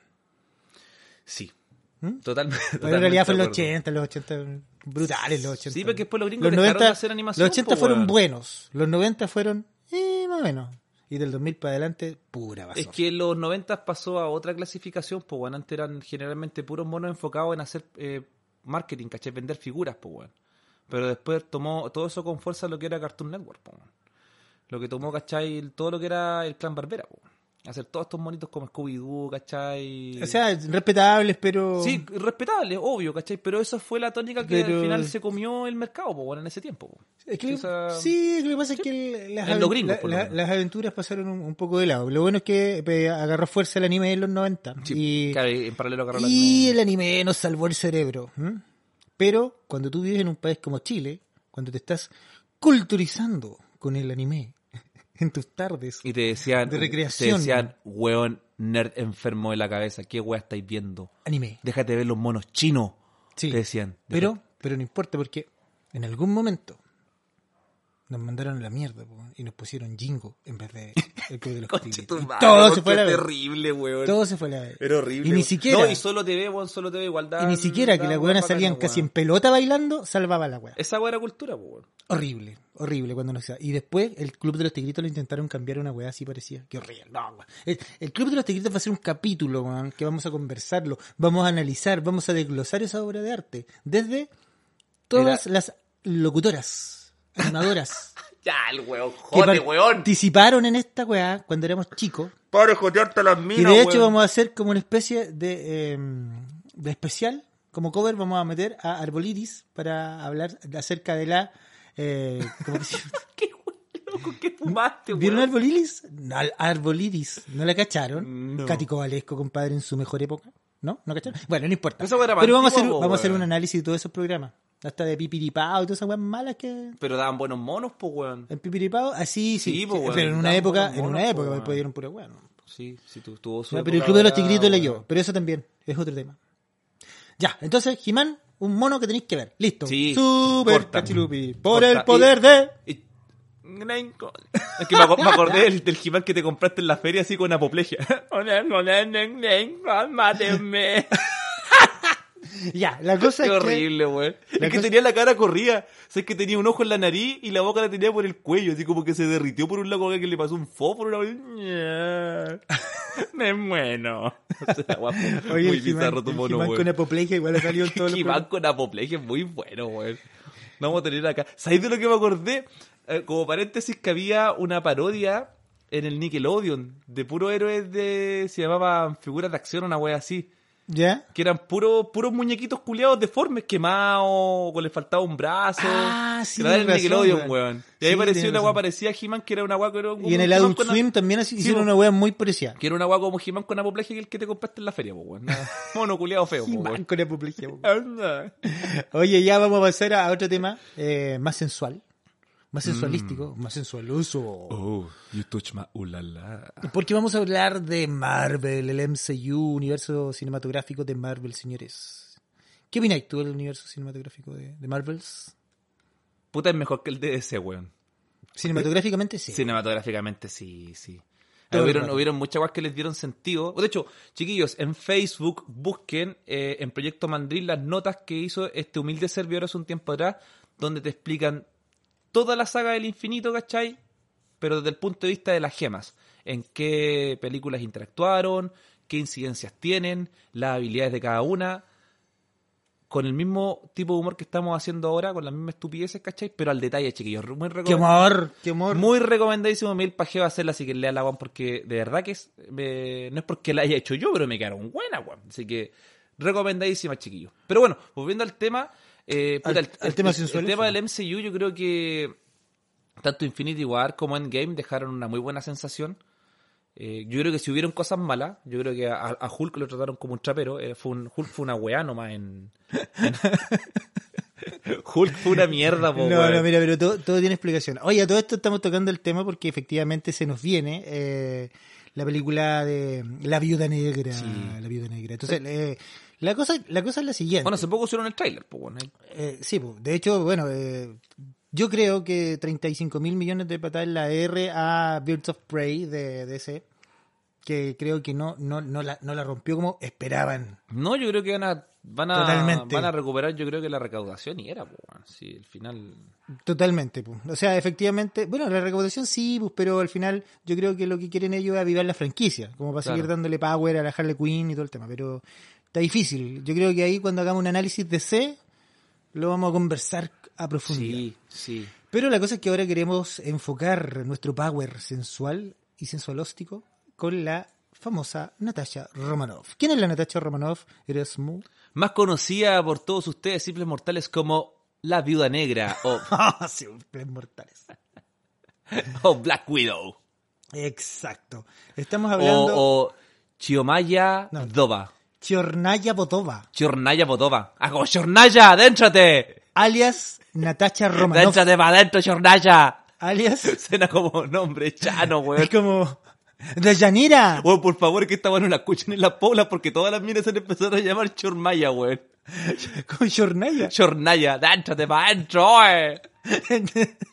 Sí. ¿Mm? Totalmente. Pero en realidad fue en los totalmente de acuerdo. 80, los 80 brutales los 80. Sí, porque después los gringos los dejaron de 90, hacer animación, Los 80 po, fueron weón. buenos, los 90 fueron eh, más o menos. Y del 2000 para adelante, pura basura. Es que en los 90 pasó a otra clasificación, pues, weón. Antes eran generalmente puros monos enfocados en hacer eh, marketing, ¿cachai? Vender figuras, pues, weón. Pero después tomó todo eso con fuerza lo que era Cartoon Network, pues, weón. Lo que tomó, ¿cachai? Todo lo que era el clan Barbera, pues, weón. Hacer todos estos monitos como Scooby-Doo, ¿cachai? O sea, respetables, pero... Sí, respetable, obvio, ¿cachai? Pero esa fue la tónica que Pero- al final se comió el mercado, pues, bueno, en ese tiempo. po. Es que, O sea, sí, lo que pasa es que el- las, En los gringos, la- por lo la- menos. las aventuras pasaron un, un poco de lado. Lo bueno es que eh, agarró fuerza el anime en los 90. sí, y claro, en paralelo agarró la y el anime nos salvó el cerebro. ¿m? Pero cuando tú vives en un país como Chile, cuando te estás culturizando con el anime en tus tardes, Y te decían, De recreación. te decían, weón, nerd enfermo de la cabeza, ¿qué weá estáis viendo? anime. Déjate ver los monos chinos. Sí. Te decían. Pero, pero no importa porque en algún momento Nos mandaron a la mierda po, y nos pusieron Jingo en vez de el Club de los Conche Tigres. tu Y madre, Todo se weón, fue a qué la verga. terrible, weón. Todo se fue a la verga. Era horrible. Y ni weón. siquiera, No, y solo te ve, weón, solo te ve igualdad. y ni siquiera que la las weonas salían casi en pelota bailando, salvaba la weá. Esa weá era cultura, po, weón. Horrible, horrible cuando nos Y después el Club de los Tigritos lo intentaron cambiar a una weá así parecía. Qué horrible, no, weón. El, el Club de los Tigritos va a ser un capítulo, weón, que vamos a conversarlo, vamos a analizar, vamos a desglosar esa obra de arte. Desde todas las locutoras, animadoras, Ya, el weón, que jote, weón. participaron en esta weá cuando éramos chicos. Para jotearte las Y minas, de hecho weón. vamos a hacer como una especie de, eh, de especial, como cover vamos a meter a Arbolitis para hablar acerca de la... eh, ¿cómo que se llama? ¿Qué, weón? ¿Con qué fumaste, weón? ¿Vieron Arbolitis? Al- Arbolitis, ¿no la cacharon? No. Cático Valesco, compadre, en su mejor época. ¿No? ¿No cacharon? Bueno, no importa. Esa weá era Pero vamos a, antigua, hacer, po, vamos a hacer weón. un análisis de todos esos programas. Hasta de Pipiripao y todas esas weas malas que... Pero daban buenos monos, po, weón. En Pipiripao, así sí. Sí, po, weón. pero en una Estaban época, buenos en una monos, po, época me weón. pudieron pura wea, ¿no? Sí, sí, tu- tuvo su Ya, pero el época Club de los dorada, Tigritos weón. leyó, pero eso también es otro tema. Ya, entonces, Jimán, un mono que tenéis que ver. Listo. Sí, Super corta. Cachilupi. Por Corta. el poder Y- de. Y- Nenco. Es que me, aco- me acordé del, del He-Man que te compraste en la feria así con apoplejía. Máteme. Ya, la cosa Qué es horrible, weón. Es La que cosa- tenía la cara corrida. O sea, es que tenía un ojo en la nariz y la boca la tenía por el cuello. Así como que se derritió por un lado, como que le pasó un fósforo. Una... Me muero. O sea, guapo. que. Oye, muy el He-Man- bizarro tu el mono, He-Man weón. con apoplejía igual ha salido en todos los. He-Man programas. con apoplejía es muy bueno, weón. No vamos a tener acá. ¿Sabéis de lo que me acordé? Eh, como paréntesis que había una parodia en el Nickelodeon de puro héroes de... Se llamaban figuras de acción, una wea así. ¿Ya? Que eran puros puros muñequitos culiados deformes, quemados, o les faltaba un brazo. Ah, sí, Que daban en tenés razón, Nickelodeon, weón. weón. Y ahí Sí, parecía tenés una weá razón. parecía He-Man, que era una weá que era un- Y en el He-Man Adult con- Swim también así- hicieron po. una wea muy parecida. Que era una weá como He-Man con apoplejía que el que te compraste en la feria, po, weón. Nada, Mono culiado feo, po, He-Man weón. con apoplejía. weón. Anda. Oye, ya vamos a pasar a otro tema eh, más sensual. Más Mm. sensualístico, más sensualoso. Oh, you touch my ulala. Porque vamos a hablar de Marvel, el MCU, universo cinematográfico de Marvel, señores. ¿Qué opináis tú del universo cinematográfico de, de Marvels? Puta, es mejor que el DDC, weón. Cinematográficamente sí. Cinematográficamente, sí, sí. Todo el Hubieron, rato. hubieron muchas weas que les dieron sentido. De hecho, chiquillos, en Facebook busquen eh, en Proyecto Mandril las notas que hizo este humilde servidor hace un tiempo atrás, donde te explican toda la saga del infinito, ¿cachai? Pero desde el punto de vista de las gemas. En qué películas interactuaron, qué incidencias tienen, las habilidades de cada una. Con el mismo tipo de humor que estamos haciendo ahora, con las mismas estupideces, ¿cachai? Pero al detalle, chiquillos. Muy ¡Qué recomendable. amor! ¡Qué amor! Muy recomendadísimo Mil Pajeo hacerla, así que lea la guan porque de verdad que es, me- no es porque la haya hecho yo, pero me quedaron buenas, guan. Así que recomendadísima, chiquillos. Pero bueno, volviendo al tema, eh, puta, Al- el, al el- tema el- sensual, el tema sí. del MCU, yo creo que tanto Infinity War como Endgame dejaron una muy buena sensación. Eh, yo creo que si hubieron cosas malas, yo creo que a, a Hulk lo trataron como un trapero. eh, fue un, Hulk fue una weá nomás en. Hulk fue una mierda, po, No, weón. no, mira, pero todo, todo tiene explicación. Oye, a todo esto estamos tocando el tema porque efectivamente se nos viene eh, la película de La Viuda Negra. La Viuda Negra. Entonces, eh, la, cosa, la cosa es la siguiente. Bueno, hace poco hicieron el trailer, pues bueno. ahí- Eh, sí, po. de hecho, bueno, eh, yo creo que 35 mil millones de patadas en la R a Birds of Prey de DC, que creo que no, no, no, la, no la rompió como esperaban. No, yo creo que van a, van a, Totalmente. van a recuperar, yo creo que la recaudación y era, po, weón. sí, el final. Totalmente, po. o sea, efectivamente, bueno, la recaudación sí, pues, pero al final yo creo que lo que quieren ellos es avivar la franquicia, como para seguir Claro. dándole power a la Harley Quinn y todo el tema, pero está difícil. Yo creo que ahí cuando hagamos un análisis DC lo vamos a conversar a profundidad. Sí, sí. Pero la cosa es que ahora queremos enfocar nuestro power sensual y sensualóstico con la famosa Natasha Romanoff. ¿Quién es la Natasha Romanoff? Eres muy... Más conocida por todos ustedes, simples mortales, como la Viuda Negra o, Simples Ah, mortales. o Black Widow Exacto. Estamos o, hablando de o Chiomaya No. Dova. Chornaya Botova, Chornaya Bodova. ¡Hago Chornaya! ¡Adéntrate! alias Natasha Romanoff, ¡Adéntrate para adentro, Chornaya! alias Suena como nombre chano, weón. es como Dayanira. Weón, por favor, que esta weón no la escuchen en las poblas porque todas las minas se han empezado a llamar Chormaya, weón. Con Chornaya. Chornaya, adéntrate para adentro, eh.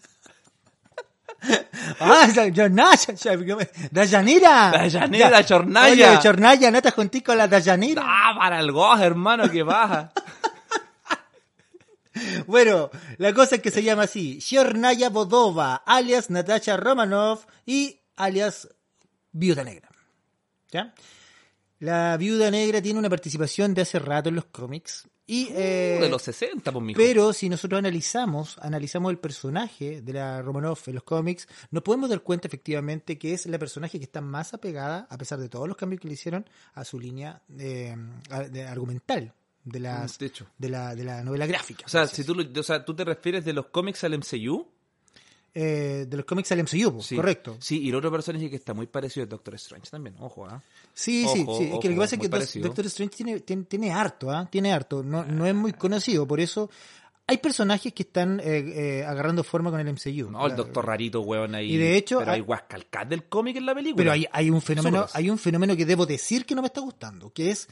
Ah, esa- Jornaya, esa- yo me- Dayanira. Dayanira, Da- Chornaya. Oye, Chornaya, no te juntís con la Dayanira. ¡Ah, para el gozo, hermano, que baja! Bueno, la cosa es que se llama así. Chornaya Bodova, alias Natasha Romanov y alias Viuda Negra. ¿Ya? La Viuda Negra tiene una participación de hace rato en los cómics. Y, eh, Uh, De los 60, pues, mijo. Pero si nosotros analizamos, analizamos el personaje de la Romanoff en los cómics, nos podemos dar cuenta efectivamente que es la personaje que está más apegada, a pesar de todos los cambios que le hicieron, a su línea eh, ar- de- argumental de, las, De hecho. de, la, de la novela gráfica. O sea, por así si tú, lo- o sea, tú te refieres de los cómics al MCU. decirlo. Eh, de los cómics al MCU, po, Sí. correcto. Sí, y el otro personaje que está muy parecido es Doctor Strange también, ojo, ¿ah? Sí, Ojo, sí, sí. Es que lo que ojo, pasa es muy que Doc- parecido. Doctor Strange tiene, tiene, tiene harto, ¿ah? Tiene harto. No, no es muy conocido, por eso... Hay personajes que están eh, eh, agarrando forma con el MCU. No, el La- Doctor Rarito, weón, ahí. Y de hecho, Pero hay- hay Huascalcat del cómic en la película. Pero hay, hay un fenómeno, Absurdos. hay un fenómeno que debo decir que no me está gustando, que es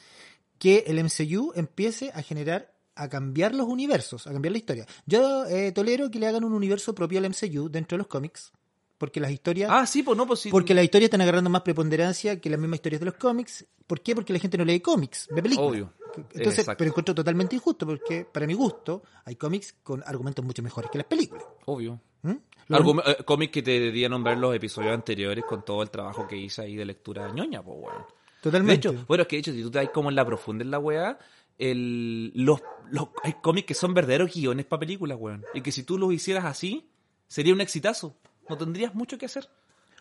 que el MCU empiece a generar, a cambiar los universos, a cambiar la historia. Yo eh, tolero que le hagan un universo propio al MCU dentro de los cómics, porque las historias, Ah, sí, pues no, pues sí. porque las historias están agarrando más preponderancia que las mismas historias de los cómics. ¿Por qué? Porque la gente no lee cómics, ve películas. Obvio. Entonces, Exacto. pero encuentro totalmente injusto, porque para mi gusto hay cómics con argumentos mucho mejores que las películas. Obvio. ¿Mm? Lo- Algo, eh, cómic que te debía nombrar los episodios anteriores con todo el trabajo que hice ahí de lectura ñoña, pues, weón. De totalmente. hecho, bueno, es que de hecho, si tú te das como en la profunda en la weá, el, los, los, hay cómics que son verdaderos guiones para películas, weón. Y que si tú los hicieras así, sería un exitazo. No tendrías mucho que hacer.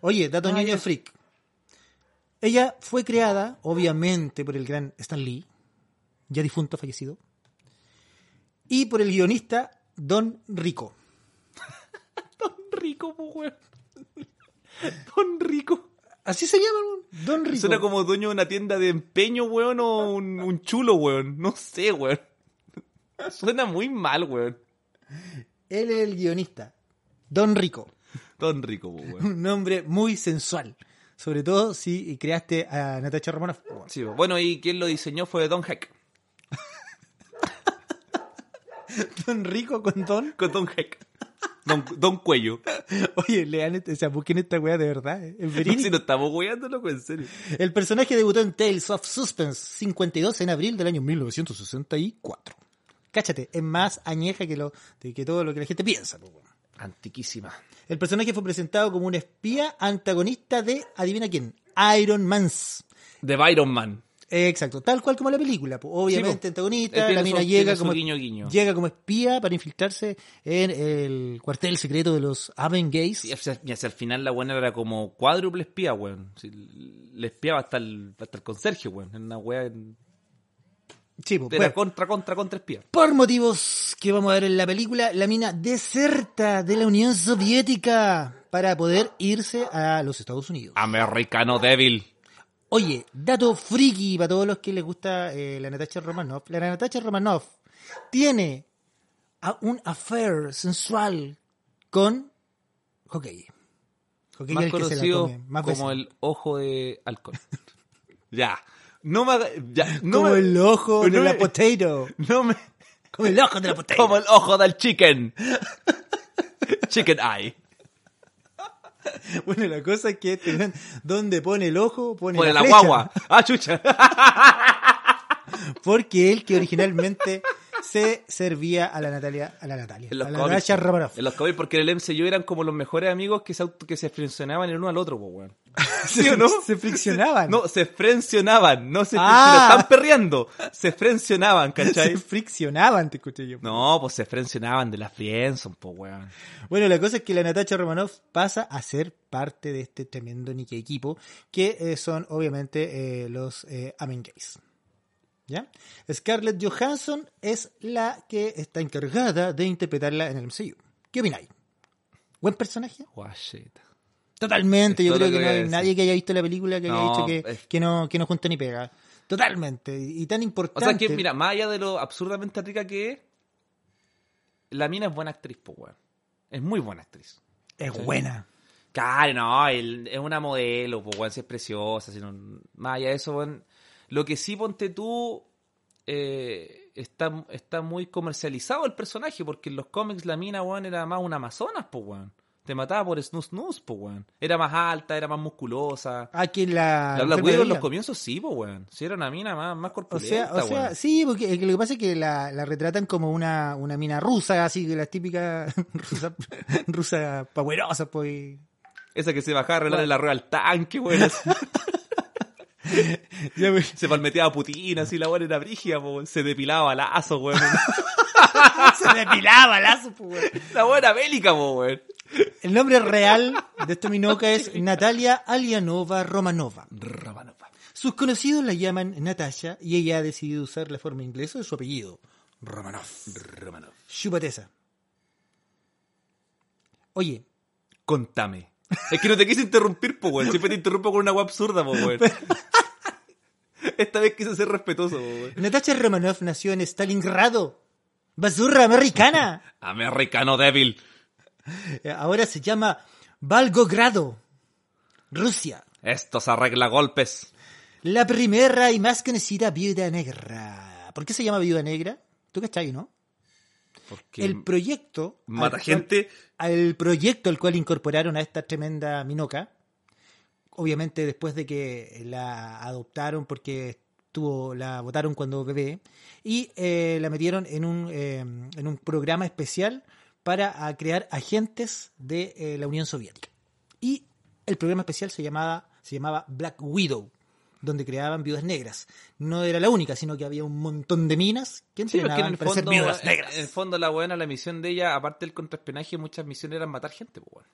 Oye, dato Ah, ñoño ya. freak. Ella fue creada, obviamente, por el gran Stan Lee, ya difunto, fallecido, y por el guionista Don Rico. Don Rico, pues, weón. Don Rico. Así se llama, weón, Don Rico. Suena como dueño de una tienda de empeño, weón, o un, un chulo, weón. No sé, weón. Suena muy mal, weón. Él es el guionista, Don Rico. Don Rico, pues, weón. Un nombre muy sensual, sobre todo si creaste a Natasha Romanoff. Sí, pues. bueno, y quien lo diseñó fue Don Heck. Don Rico con Don. Con Don Heck. Don, Don Cuello. Oye, lean, este- o sea, busquen esta weá de verdad. eh, Es verídico. Si no estamos weando, loco, en serio. El personaje debutó en Tales of Suspense 52 en abril del año 1964. Cáchate, es más añeja que, lo, de que todo lo que la gente piensa. po, weón. Antiquísima. El personaje fue presentado como un espía antagonista de, adivina quién, Iron Mans. De Byron Man. Eh, exacto, tal cual como la película. po. Obviamente Sí, po. Él antagonista, tiene la su- mina tiene llega su como, guiño, guiño. llega como espía para infiltrarse en el cuartel secreto de los Avengays. Y hacia, y hacia el final la buena era como cuádruple espía, weón. Sí, le espiaba hasta el, hasta el conserje, weón. Era una wea. en- Sí, po, pues, Era bueno. contra, contra, contra espía. Por motivos que vamos a ver en la película, la mina deserta de la Unión Soviética para poder irse a los Estados Unidos. Americano débil. Oye, dato friki para todos los que les gusta eh, la Natasha Romanoff. La Natasha Romanoff tiene a- un affair sensual con Hokage. Hokage Más es el que se la conocido come, más como veces. el ojo de alcohol. ya. No me. haga- Ya. No Como me- el ojo de no la me- potato. No me. Como el ojo de la potato. Como el ojo del chicken. chicken eye. Bueno, la cosa es que este weón, donde pone el ojo, pone, Pone la, la flecha. guagua. Ah, chucha. Porque él que originalmente se servía a la Natalia, a la Natalia, En los a la cómics. Natasha Romanoff. En los cómics, porque en el MCU eran como los mejores amigos que se, auto- que se frencionaban el uno al otro, po, weón. ¿Sí o no? Se friccionaban. No, se frencionaban, no se Ah. frencionaban, están perreando. Se frencionaban, se ¿cachai? friccionaban, te escuché yo. No, pues se frencionaban de la Frienson, po, weón. Bueno, la cosa es que la Natasha Romanoff pasa a ser parte de este tremendo Nikkei equipo, que eh, son obviamente eh, los eh, Amen Gays. ¿Ya? Scarlett Johansson es la que está encargada de interpretarla en el MCU. ¿Qué opináis? ¿Buen personaje? Guau, shit. Totalmente, Es yo todo creo lo que que no voy a hay decir. nadie que haya visto la película que haya No, dicho que, es- que no, que no junta ni pega. Totalmente, y y tan O importante. sea que, mira, más allá de lo absurdamente rica que es, la mina es buena actriz, po, weón. Es muy buena actriz. es buena. Claro, no, el- es una modelo, pues, weón, si es preciosa, si no- más allá de eso, weón. Lo que sí, ponte tú, eh, está, está muy comercializado el personaje, porque en los cómics la mina, weón, era más una Amazonas, pues, weón. Te mataba por snus snus, po, weón. Era más alta, era más musculosa. Ah, que la. La, la enfermería. Widow en los comienzos sí, po, weón. Sí, era una mina más, más O corpulenta, sea, o sea weón. sí, porque eh, lo que pasa es que la, la retratan como una, una mina rusa, así que las típicas rusas rusa powerosas, pues. Esa que se bajaba a arreglarle la rueda al tanque, weón. así. Ya, pues, se palmeteaba a Putin, así la weón era brígida, po, weón. Se depilaba lazo, weón. Se depilaba lazo, pues. weón. la weón era bélica, po, weón. El nombre real de esta minoca es Natalia Alianova Romanova. Sus conocidos la llaman Natasha y ella ha decidido usar la forma inglesa de su apellido, Romanov. Romanov. Chúpate esa. Oye, Contame. Es que no te quise interrumpir, po, weón. Siempre te interrumpo con una weá absurda, po, weón. Esta vez quise ser respetuoso, po, weón. Natasha Romanov nació en Stalingrado, basurra americana. Americano débil. Ahora se llama Valgogrado, Rusia. Esto se arregla a golpes. La primera y más conocida viuda negra. ¿Por qué se llama viuda negra? ¿Tú cachai, no? Porque el proyecto. mata al cual- gente. al proyecto al cual incorporaron a esta tremenda minoca. Obviamente después de que la adoptaron porque estuvo, la votaron cuando bebé. Y eh, la metieron en un, eh, en un programa especial para ah, crear agentes de eh, la Unión Soviética. Y el programa especial se llamaba, se llamaba Black Widow, donde creaban viudas negras. No era la única, sino que había un montón de minas que Sí, porque en entrenaban el, para ser fondo, viudas en negras. el fondo la buena, la misión de ella, aparte del contraespionaje, muchas misiones eran matar gente, po, weón.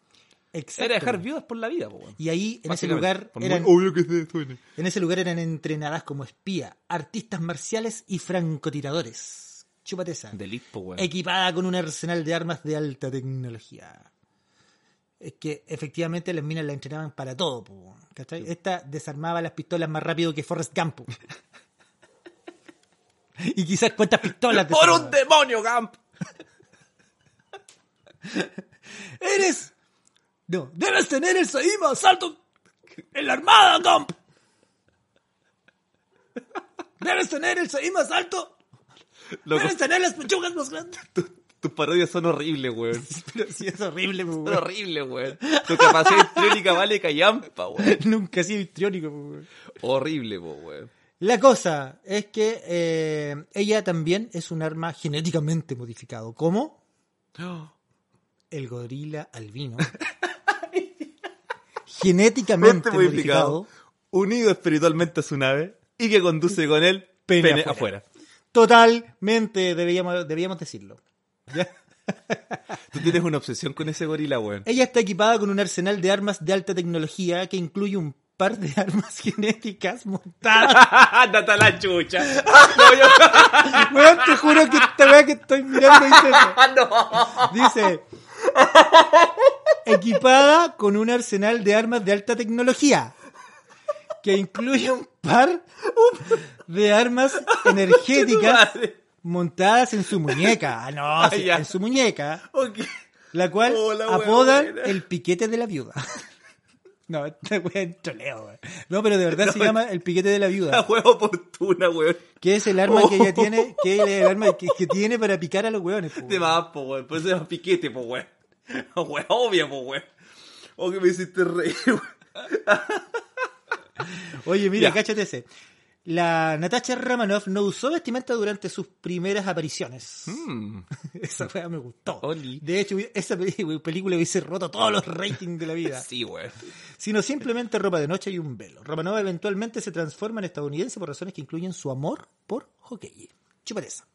Era dejar Exactamente. viudas por la vida, po, weón. Y ahí, en ese Básicamente, lugar, por muy eran, obvio que se suene. en ese lugar eran entrenadas como espía, artistas marciales y francotiradores. Chúpate esa. Delito, po, weón. Equipada con un arsenal de armas de alta tecnología. Es que efectivamente las minas la entrenaban para todo. po, weón, ¿cachai? Esta desarmaba las pistolas más rápido que Forrest Gump. po. y quizás cuántas pistolas. ¡Por desarmaba. un demonio, Gamp! ¡Eres! No, debes tener el Saima, salto en la armada, Gump. Debes tener el Saima, salto. Loco. Debes tener las pechugas más grandes. Tus parodias son horribles, weón. Pero sí es horrible, po, Son weón. horribles, weón. Tu capacidad histriónica vale callampa, weón. Nunca ha sido histriónico, po, weón. Horrible, po, weón. La cosa es que eh, ella también es un arma genéticamente modificado, como el gorila albino. genéticamente modificado. unido espiritualmente a su nave y que conduce con él Pene pene, afuera. afuera. Totalmente, deberíamos, debíamos decirlo. Tú tienes una obsesión con ese gorila, weón. Ella está equipada con un arsenal de armas de alta tecnología que incluye un par de armas genéticas montadas. Ándate a la chucha. No, yo... Weón, te juro que esta weá que estoy mirando dice eso. Dice, equipada con un arsenal de armas de alta tecnología que incluye un par de armas energéticas Madre. montadas en su muñeca. Ah, no, Ah, sí, ya. en su muñeca. Ok. La cual Oh, la wea apodan buena. el piquete de la viuda. No, esta wea es troleo, wea. No, pero de verdad se llama el piquete de la La viuda. weón oportuna, weón. Que es el arma que ella Oh. tiene, que es el arma que, que tiene para picar a los weones. po, Te wea. más, po, weón. Por eso pues era piquete, po, weón. Weón, obvia, po, weón. O que me hiciste reír, weón. Oye, mira, Ya. cáchate ese. La Natasha Romanoff no usó vestimenta durante sus primeras apariciones. Esa wea me gustó. Hmm. Oli. De hecho, esa peli- película hubiese roto todos los ratings de la vida. Sí, weón. sino simplemente ropa de noche y un velo. Romanova eventualmente se transforma en estadounidense por razones que incluyen su amor por Hokeye. Chupareza.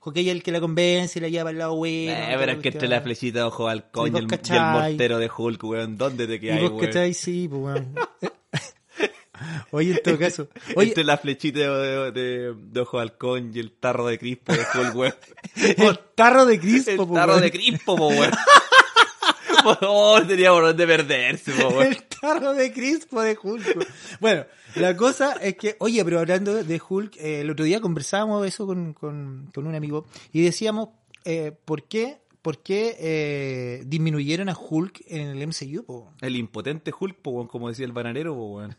Hokeye es el que la convence y la lleva al lado bueno. Eh, toda pero la es que entre cuestión. la flechita de ojo al Sí, vos coño y el, y el cachai. mortero de Hulk, weón. ¿Dónde te Y quedas, vos, weón? ¿cachai? Sí, pues, weón. Oye, en todo caso. Oye, Entre la flechita de, de- de ojo de halcón y el tarro de crispo de Hulk, weón. el tarro de Crispo, El pues, tarro weón. de crispo, po, weón. Por favor, tenía por dónde perderse, po, weón. El tarro de Crispo de Hulk. weón. Bueno, la cosa es que, oye, pero hablando de Hulk, eh, el otro día conversábamos eso con, con- con un amigo y decíamos, eh, ¿por qué, por qué eh, disminuyeron a Hulk en el MCU? po? El impotente Hulk, po, weón, como decía el bananero, po, weón.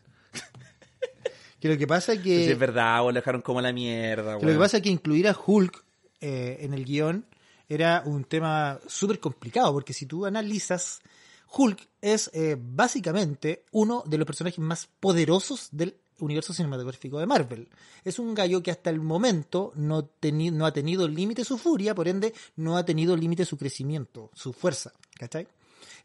Que lo que pasa es Sí, que, es verdad, weón, lo dejaron como a la mierda, que weón. lo que pasa es que incluir a Hulk eh, en el guión era un tema súper complicado, porque si tú analizas, Hulk es eh, básicamente uno de los personajes más poderosos del universo cinematográfico de Marvel. Es un gallo que hasta el momento no, teni- no ha tenido límite su furia, por ende no ha tenido límite su crecimiento, su fuerza, ¿cachai?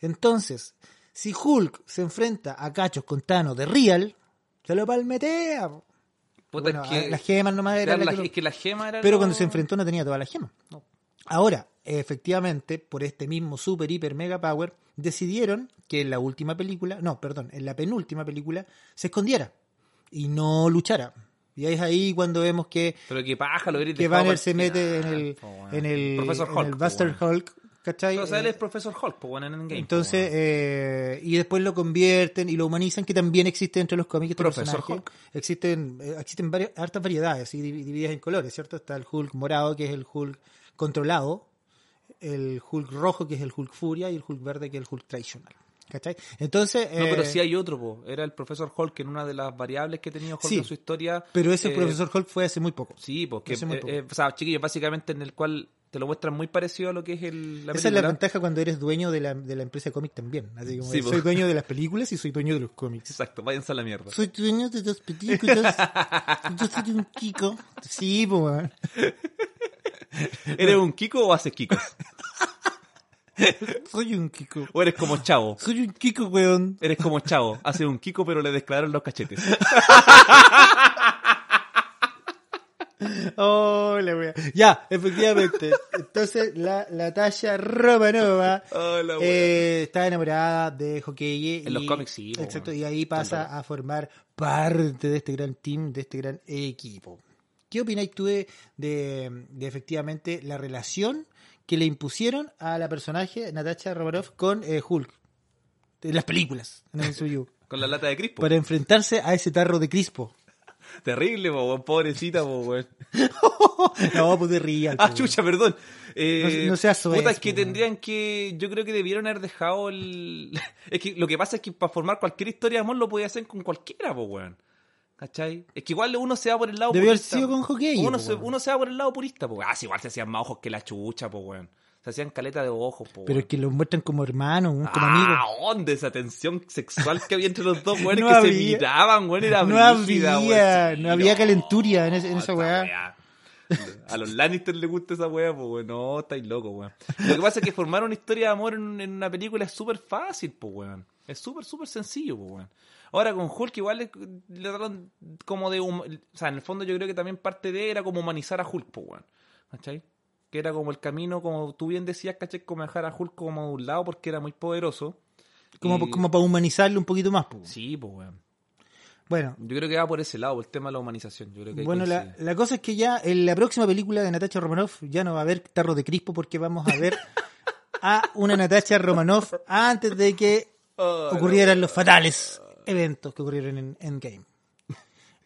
Entonces, si Hulk se enfrenta a cachos con Thanos de Real, se lo palmetea. po. Puta, Bueno, es que, las gemas nomás claro, era la la- que lo- es que la gema era pero lo- cuando se enfrentó no tenía toda la gema. Ahora, efectivamente, por este mismo super, hiper, mega power, decidieron que en la última película, no, perdón, en la penúltima película, se escondiera y no luchara. Y es ahí cuando vemos que, Pero que paja lo hubiera que dejado para Banner el se mete en final, el, po, weón. en el, Profesor en Hulk, el po, Buster weón. Hulk, ¿cachai? O sea, él Eh, es Profesor Hulk, po, bueno, en Endgame. po, entonces, bueno. eh, y después lo convierten y lo humanizan, que también existe entre los cómics. Este Profesor personaje. Hulk. Existen, eh, existen varias, hartas variedades, y divididas en colores, ¿cierto? Está el Hulk morado, que es el Hulk controlado, el Hulk rojo, que es el Hulk furia, y el Hulk verde, que es el Hulk tradicional. ¿Cachai? Entonces, No, pero eh, sí hay otro, po. Era el Profesor Hulk en una de las variables que tenía Hulk Sí, en su historia. pero ese eh, Profesor Hulk fue hace muy poco. Sí, porque. Hace muy poco. eh, o sea, chiquillos, básicamente en el cual te lo muestran muy parecido a lo que es el, la Esa es la película. ventaja cuando eres dueño de la, de la empresa de cómics también. Así como Sí, po. soy dueño de las películas y soy dueño de los cómics. Exacto, váyanse a la mierda. Soy dueño de dos películas. Yo soy un Kiko. Sí, po, weón. ¿Eres un Kiko o haces Kikos? Soy un Kiko. ¿O eres como Chavo? Soy un Kiko, weón. Eres como Chavo, haces un Kiko pero le desclararon los cachetes. Hola, weón. Oh, Ya, efectivamente. Entonces, la, la Tasha Romanova Hola, weón. eh, está enamorada de Hokeye. En los cómics, sí, po, Exacto, weón. y ahí pasa a formar parte de este gran team, de este gran equipo. ¿Qué opináis tú de, de- de efectivamente la relación que le impusieron a la personaje Natasha Romanoff con eh, Hulk? En las películas, en el MCU. Con la lata de crispo. para enfrentarse a ese tarro de crispo. Terrible, po, weón, pobrecita, po, weón. No, pues de real. Ah, po. chucha, perdón. Eh, No- no seas soez, puta, es que po, weón. tendrían que. Yo creo que debieron haber dejado el. Es que lo que pasa es que para formar cualquier historia de amor lo podía hacer con cualquiera, po, weón. ¿Cachai? Es que igual uno se va por el lado Debió haber purista, sido po. con Hokage, Uno, po, se, weón. uno se va por el lado purista, po. Ah, sí, igual se hacían más ojos que la chucha, po, weón. Se hacían caleta de ojos, po. Pero es weón. que los muestran como hermanos, weón, como amigos. Ah, ¿dónde esa tensión sexual que había entre los dos weones No que se había- miraban, weón? Era no brígida, había- weón. Sí, no había calenturia en ese- en esa weá. A los Lannister les gusta esa weá, pues weón. No, estáis locos, weón. Lo que pasa es que formar una historia de amor en, en una película es súper fácil, pues weón. Es súper, súper sencillo, pues weón. Ahora con Hulk igual le, le trataron como de... hum- O sea, en el fondo yo creo que también parte de era como humanizar a Hulk, pues weón. ¿Cachai? Que era como el camino, como tú bien decías, ¿cachai? Como dejar a Hulk como de un lado porque era muy poderoso. Como, Y- como para humanizarlo un poquito más. po. Sí, pues weón. Bueno, Yo creo que va por ese lado, por el tema de la humanización. Yo creo que ahí bueno la, coincide. la cosa es que ya en la próxima película de Natasha Romanoff ya no va a haber tarro de crispo porque vamos a ver a una Natasha Romanoff antes de que Oh, ocurrieran los fatales eventos que ocurrieron en Endgame.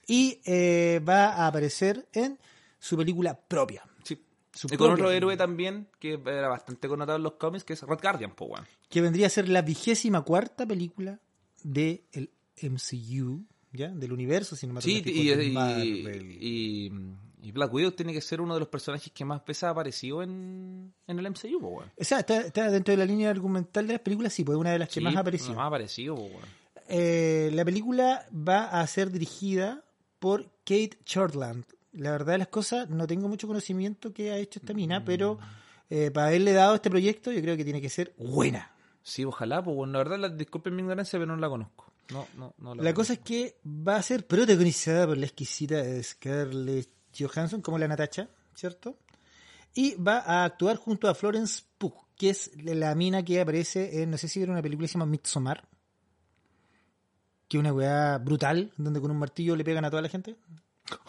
Y eh, va a aparecer en su película propia. Sí. Su Y con propia otro película. héroe también, que era bastante connotado en los cómics, que es Red Guardian, po, weón. que vendría a ser la vigésima cuarta película del el MCU, ¿ya? Del universo Sí, cinematográfico y, de y- Marvel. y- y Black Widow tiene que ser uno de los personajes que más veces ha aparecido en, en el MCU, po, pues, weón. O sea, está, está dentro de la línea argumental de las películas, sí, pues es una de las que Sí, más ha uno aparecido. Más ha aparecido, po, weón. Eh, la película va a ser dirigida por Kate Shortland. La verdad de las cosas, no tengo mucho conocimiento que ha hecho esta mina, Mm. pero eh, para haberle dado este proyecto, yo creo que tiene que ser buena. Sí, ojalá, po, weón. La verdad, la, disculpen mi ignorancia, pero no la conozco. No, no, no La cosa es que va a ser protagonizada por la exquisita Scarlett Johansson como la Natacha, ¿cierto? Y va a actuar junto a Florence Pugh, que es la mina que aparece en, no sé si vieron una película que se llama Midsommar, que es una weá brutal, donde con un martillo le pegan a toda la gente.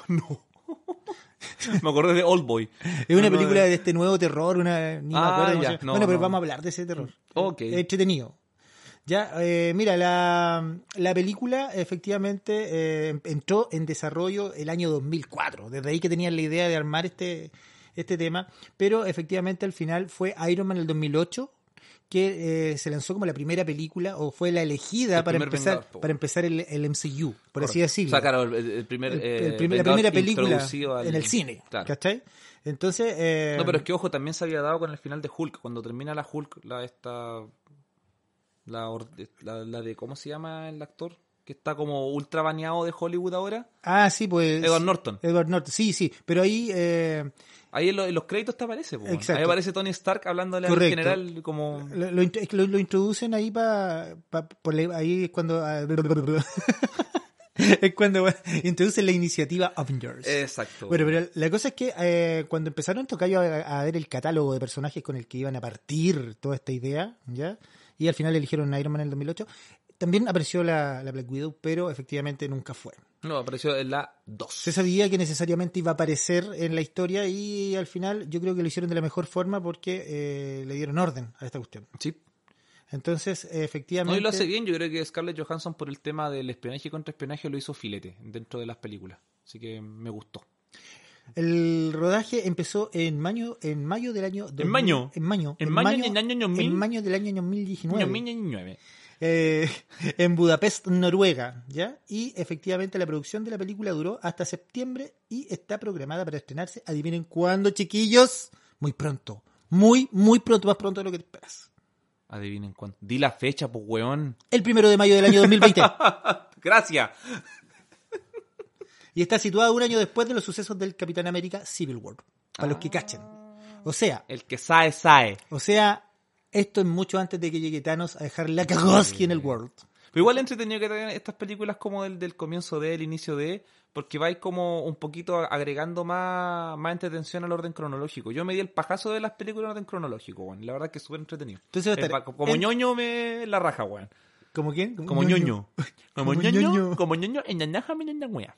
conozco. Me acordé de Old Boy. Es una No, no, película eh. de este nuevo terror, una ni me Ah, acuerdo cómo ya, se llama. no, Bueno, pero no. vamos a hablar de ese terror. Ok. Eh, Entretenido. Ya, eh, mira, la, la película efectivamente eh, entró en desarrollo el año 2004. Desde ahí que tenían la idea de armar este, este tema. Pero efectivamente al final fue Iron Man el 2008 que eh, se lanzó como la primera película o fue la elegida El para primer empezar, Vengador, po. para empezar el, el MCU, por así Correcto. decirlo O sea, claro, el, el primer, el- eh, el primer- la Vengador primera película introducido al- en el cine, Claro. ¿cachai? Entonces, eh, No, pero es que ojo, también se había dado con el final de Hulk, cuando termina la Hulk, la esta La, or- la, la de, ¿cómo se llama el actor? Que está como ultra baneado de Hollywood ahora. Ah, sí, pues. Edward Norton. Edward Norton, sí, sí. Pero ahí. eh, Ahí en, lo- en los créditos te aparece, po, weón. Exacto. Ahí aparece Tony Stark hablándole al Correcto. general como... lo, lo int- es que lo- lo introducen ahí para ahí es cuando ah, es cuando introducen la iniciativa Avengers Exacto. bueno weón. pero la cosa es que eh, cuando empezaron Tocayo a, a ver el catálogo de personajes con el que iban a partir toda esta idea ya y al final eligieron Iron Man en el 2008 también apareció la, la Black Widow pero efectivamente nunca fue No, apareció en la 2. se sabía que necesariamente iba a aparecer en la historia y al final yo creo que lo hicieron de la mejor forma porque eh, le dieron orden a esta cuestión Sí. entonces, No, efectivamente. y lo hace bien. Yo creo que Scarlett Johansson por el tema del espionaje y contraespionaje lo hizo filete dentro de las películas. Así que me gustó. El rodaje empezó en mayo, en mayo del año. dos mil- maño? En mayo. ¿En mayo del año dos mil? En mayo del año 2019. Niño, niño, nueve. eh, en Budapest, Noruega, ¿ya? Y efectivamente la producción de la película duró hasta septiembre y está programada para estrenarse. Adivinen cuándo, chiquillos. Muy pronto. Muy, muy pronto, más pronto de lo que te esperas. Adivinen cuánto. Di la fecha, pues, weón. El primero de mayo del año 2020. Gracias. y está situada un año después de los sucesos del Capitán América Civil War. Para Ah. los que cachen. O sea, El que sabe, sabe. O sea, esto es mucho antes de que llegue Thanos a dejar la Kagoski en el World. Pero igual es entretenido que traigan estas películas como del, del comienzo de, el inicio de, porque vais como un poquito agregando más, más entretención al orden cronológico. Yo me di el pajazo de las películas en orden cronológico, weón. La verdad que es súper entretenido. Entonces va a Eh, estar pa- como en- ñoño me la raja, weón. ¿Como quién? Como ñoño. Como Como ñoño. ñoño. Como ñoño en ñañaja, mi ñaña, wea.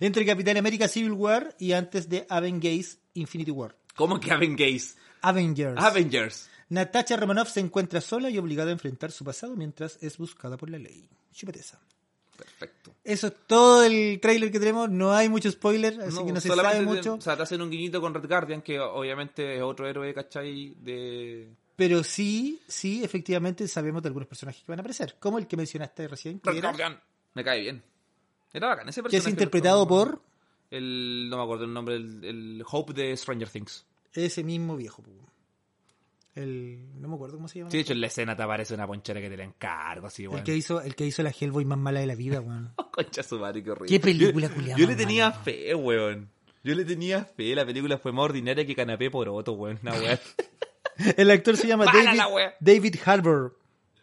Entre Capitán América Civil War y antes de Avengers Infinity War. ¿Cómo que Avengers? Avengers. Avengers. Natasha Romanoff se encuentra sola y obligada a enfrentar su pasado mientras es buscada por la ley. Chúpate esa. Perfecto. Eso es todo el tráiler que tenemos. No hay mucho spoiler, así que no se solamente sabe te- mucho. o sea, te hacen un guiñito con Red Guardian, que obviamente es otro héroe, ¿cachai? De... Pero sí, sí, efectivamente sabemos de algunos personajes que van a aparecer. Como el que mencionaste recién, que, Red era- Guardian. Me cae bien. Era bacán ese que personaje. es interpretado por El, no me acuerdo el nombre, el, el Hope de Stranger Things. ese mismo viejo. po. El, no me acuerdo cómo se llama. Sí, de hecho, en la escena te aparece una ponchera que te la encargo, así, el, weón. que hizo, el que hizo la Hellboy más mala de la vida, weón. Oh, concha su madre, qué horrible. Qué película Yo- culiada Yo le más tenía mala. fe, weón. Yo le tenía fe. La película fue más ordinaria que Canapé por otro, weón. Una weá. El actor se llama Mala David, la wea. David Harbour.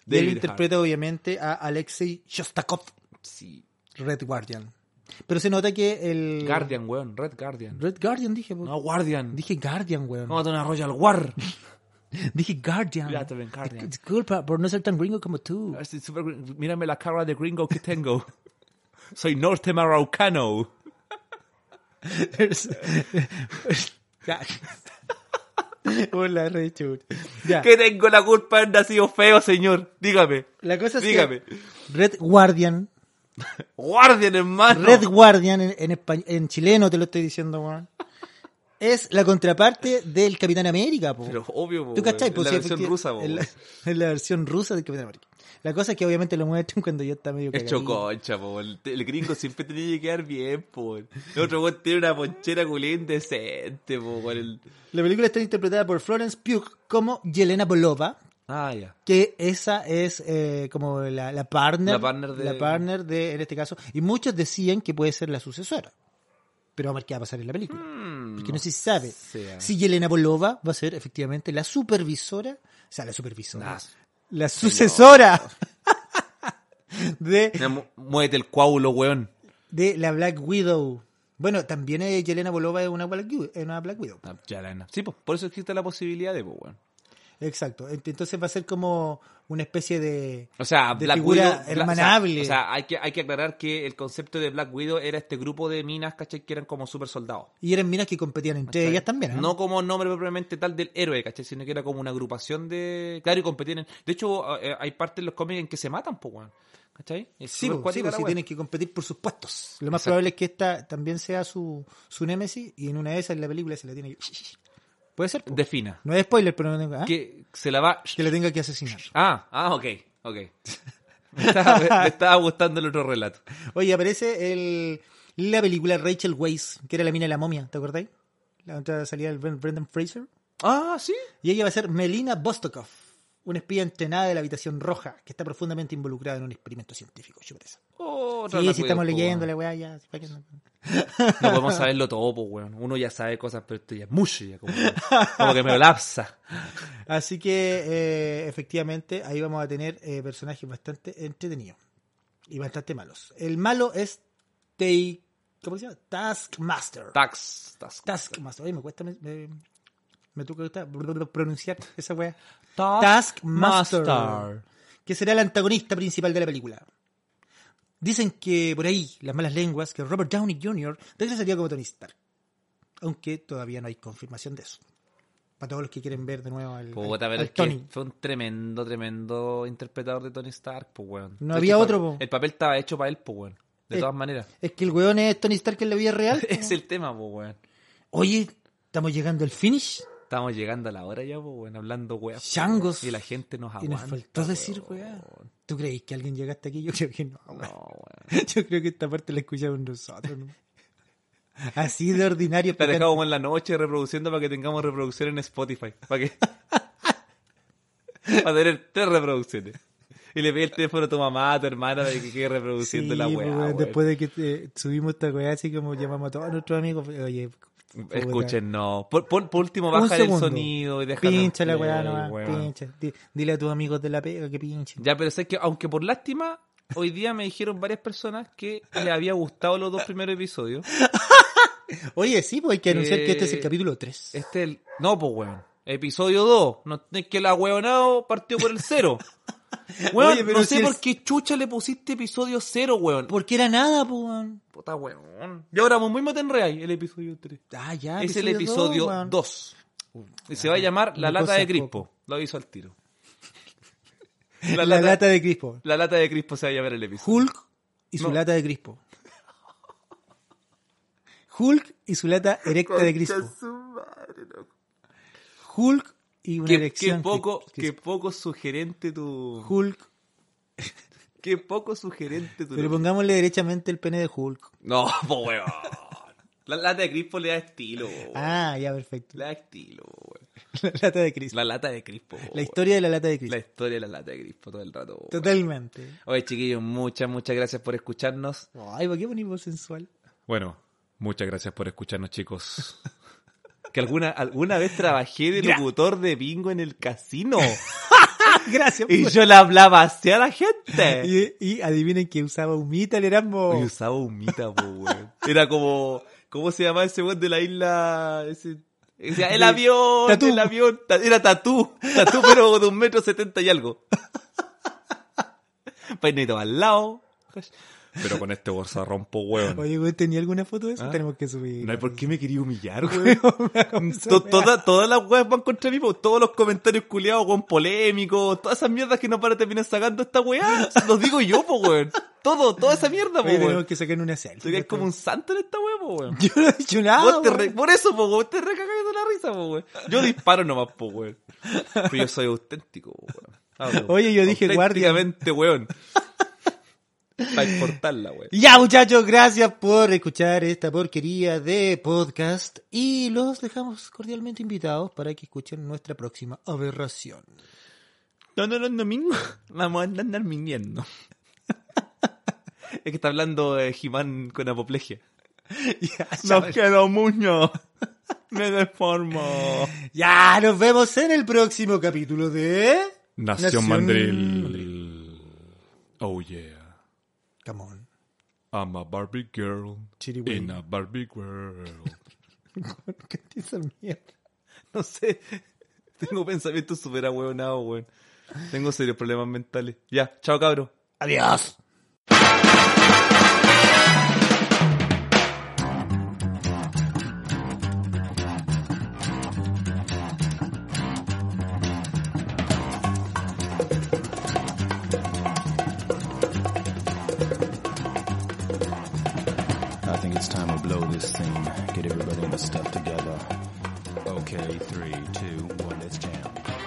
Y él David interpreta obviamente a Alexei Shostakov, sí. Red Guardian. Pero se nota que el... Guardian, weón. Red Guardian. Red Guardian dije, po. No, Guardian. Dije Guardian, weón. Vamos a tener una Royal War. Dije Guardian. Ya, también Guardian. Disculpa por no ser tan gringo como tú. Este super- Mírame la cara de gringo que tengo. Soy norte maraucano. Ya. Hola, re chut. Ya. Que tengo la culpa de haber nacido feo, señor. Dígame. La cosa es Dígame. que Red Guardian, Guardian, hermano. Red Guardian en, en espa- en chileno te lo estoy diciendo, weón. Es la contraparte del Capitán América, po. Pero obvio, po, ¿Tú cachai? weón. Po, Es la sí, efecti- versión rusa, po, en la, weón. en la versión rusa del Capitán América. La cosa es que obviamente lo muestran cuando yo está medio Es cagadito. choconcha, po. El, el gringo siempre tenía que quedar bien, po. El otro weón tiene una ponchera culín decente, po. weón. El- La película está interpretada por Florence Pugh como Yelena Bolova, Ah, ya. que esa es eh, como la, la partner, La partner de- la partner de, en este caso, y muchos decían que puede ser la sucesora. Pero vamos a ver qué va a pasar en la película. Hmm, porque no se sabe sé. si Yelena Bolova va a ser efectivamente la supervisora, o sea, la supervisora, Nah, la sucesora de, Ya, mu- Muévete el coágulo, weón. de la Black Widow. Bueno, también eh, Yelena Bolova es una Black, Widow- es una Black Widow. Ah, ya, la nena. Sí, po. Por eso existe la posibilidad de, po, weón. Exacto. Ent- Entonces va a ser como una especie de... O sea, de Black figura Widow. Bla- hermanable. O sea, o sea, hay, que, hay que aclarar que el concepto de Black Widow era este grupo de minas, ¿cachai? Que eran como super soldados. Y eran minas que competían entre ellas también. ¿eh? No como nombre propiamente tal del héroe, ¿cachai? Sino que era como una agrupación de. Claro, y competían. en- De hecho, eh, hay partes en los cómics en que se matan, po, weón. ¿cachai? Es Sí, súper pues, sí, cuática pues, la sí weá. tienen que competir por sus puestos. Lo más Exacto. probable es que esta también sea su, su némesis y en una de esas en la película se la tiene que... Puede ser. pues. Defina. No es spoiler, pero no tengo... ¿ah? Que se la va. Que la tenga que asesinar. Ah, ah, ok, ok. Me estaba, me- me estaba gustando el otro relato. Oye, aparece el, la película Rachel Weisz, que era la mina de la momia, ¿te acordáis? La otra salía el Bren- Brendan Fraser. Ah, sí. Y ella va a ser Melina Bostokov. una espía entrenada de la habitación roja que está profundamente involucrada en un experimento científico. Chupetesa. Otra Sí, la sí, cuido, estamos po, leyendo weón. la weá ya. sí, pa' que no- No podemos saberlo todo, pues, weón. Uno ya sabe cosas, pero esto ya es mucho, ya como, como que me lapsa. Así que eh, efectivamente ahí vamos a tener eh, personajes bastante entretenidos y bastante malos. El malo es Take, ¿cómo se llama? Taskmaster. Tax, tax. Taskmaster. Oye, me cuesta me, me, me tuvo que gustar- pronunciar esa wea. Taskmaster. Taskmaster. Que será el antagonista principal de la película. Dicen que por ahí, las malas lenguas, que Robert Downey Jr. regresaría como Tony Stark. Aunque todavía no hay confirmación de eso. Para todos los que quieren ver de nuevo al, Puta, al- pero al es que Tony. fue un tremendo, tremendo interpretador de Tony Stark, pues, weón. No De había hecho, otro, po. pa- El papel estaba hecho para él, pues, weón. De Eh. todas maneras. Es que el weón es Tony Stark en la vida real. Es el tema, pues, weón. Oye, estamos llegando al finish. Estamos llegando a la hora ya, pues, weón, hablando, weón. Changos. Y la gente nos Y Ah, aguanta. nos faltó decir, weón. ¿Tú creéis que alguien llega hasta aquí? Yo creo que no, weón. No, weón. Yo creo que esta parte la escuchamos nosotros. ¿no? Así de ordinario. La picante. dejamos en la noche reproduciendo para que tengamos reproducción en Spotify. Para que. para tener tres reproducciones. Y le pedí el teléfono a tu mamá, a tu hermana, para que quede Sí, reproduciendo la pues, weá. weón, weón. después de que eh, subimos esta weá, así como llamamos a todos nuestros amigos. Oye, puta. Escuchen, no. Por, por- por último, Un baja el segundo. sonido y deja. Pincha la play, weá, no, weón. pincha. Di- Dile a tus amigos de la pega que pinchen. Ya, pero sé que, aunque por lástima, hoy día me dijeron varias personas que les había gustado los dos primeros episodios. Oye, sí, pues hay que anunciar que este es el Eh, capítulo 3. Este es el. No, pues, weón. Episodio 2. No es que la hueonado partió por el cero. Weón, Oye, pero no sé si por es- qué chucha le pusiste episodio 0, weón. Porque era nada, pues. weón. Puta, weón. Y ahora muy en Real, el episodio 3. Ah, ya. es el episodio weón. 2. Y se va a llamar La una lata cosa de es Crispo. Lo aviso al tiro. La, lata- lata de Crispo. La lata de Crispo se va a llamar el episodio. Hulk y su No. lata de Crispo. Hulk y su lata erecta de Crispo. Hulk y una Qué, qué erección. poco, Crispo. qué poco sugerente tu. Hulk. Qué poco sugerente tu. Pero pongámosle derechamente el pene de Hulk. No, pues weón. La lata de Crispo le da estilo, weón. Ah, ya, perfecto. Le da estilo, weón. La lata de Crispo. La lata de Crispo. La weón. historia de la lata de La Crispo. historia de la lata de Crispo todo el rato. weón. Totalmente. Oye, chiquillos, muchas, muchas gracias por escucharnos. Ay, ¿por qué bonito sensual? Bueno, muchas gracias por escucharnos, chicos. Que alguna, alguna vez trabajé de locutor de bingo en el casino. Gracias. Y pues. yo le hablaba así a la gente. Y, y adivinen que usaba humita el Y Erasmo. usaba humita, po, weón. Era como. ¿Cómo se llamaba ese weón de la isla? Ese. Decía, el De- avión, Tatú. el avión, Ta- era tatú, tatú pero de un metro setenta y algo. Peinito Pues al lado. Pero con este bolsarrón, po, weón. Oye, güey, ¿tenía alguna foto de eso? Ah. Tenemos que subir. No hay por qué me quería humillar, weón. To- toda- todas las weas van contra mí, po. todos los comentarios culiados, weón, polémicos, todas esas mierdas que no para terminar sacando esta weá. Los digo yo, po, weón. Todo, toda esa mierda, po, Oye, weón. tenemos que sacar una selfie. pues, Tú que eres como un santo en esta weá, po, weón. Yo no he dicho nada. Vos te weón. re- por eso, po, weón, te recagáis de la risa, po, weón. Yo disparo nomás, po, weón. Pero yo soy auténtico, po, weón. Hablo Oye, yo dije guardia. auténticamente, weón. Para exportarla, weón. Ya, muchachos, gracias por escuchar esta porquería de podcast y los dejamos cordialmente invitados para que escuchen nuestra próxima aberración. No, no, no, domingo. Vamos a andar mintiendo. es que está hablando eh, Jimán con apoplejía. Ya, Los chaval. quiero mucho. Me deformo. Ya, nos vemos en el próximo capítulo de Nación Mandril. Mandril. Oh yeah. Come on. I'm a Barbie girl Chiriwiri. in a Barbie world. ¿Qué te hizo mierda? No sé. Tengo pensamientos súper ahueonados, weón. Tengo serios problemas mentales. Ya, chao, cabro. Adiós. I think it's time to blow this scene. Get everybody and the stuff together. Okay, three, two, one, let's jam.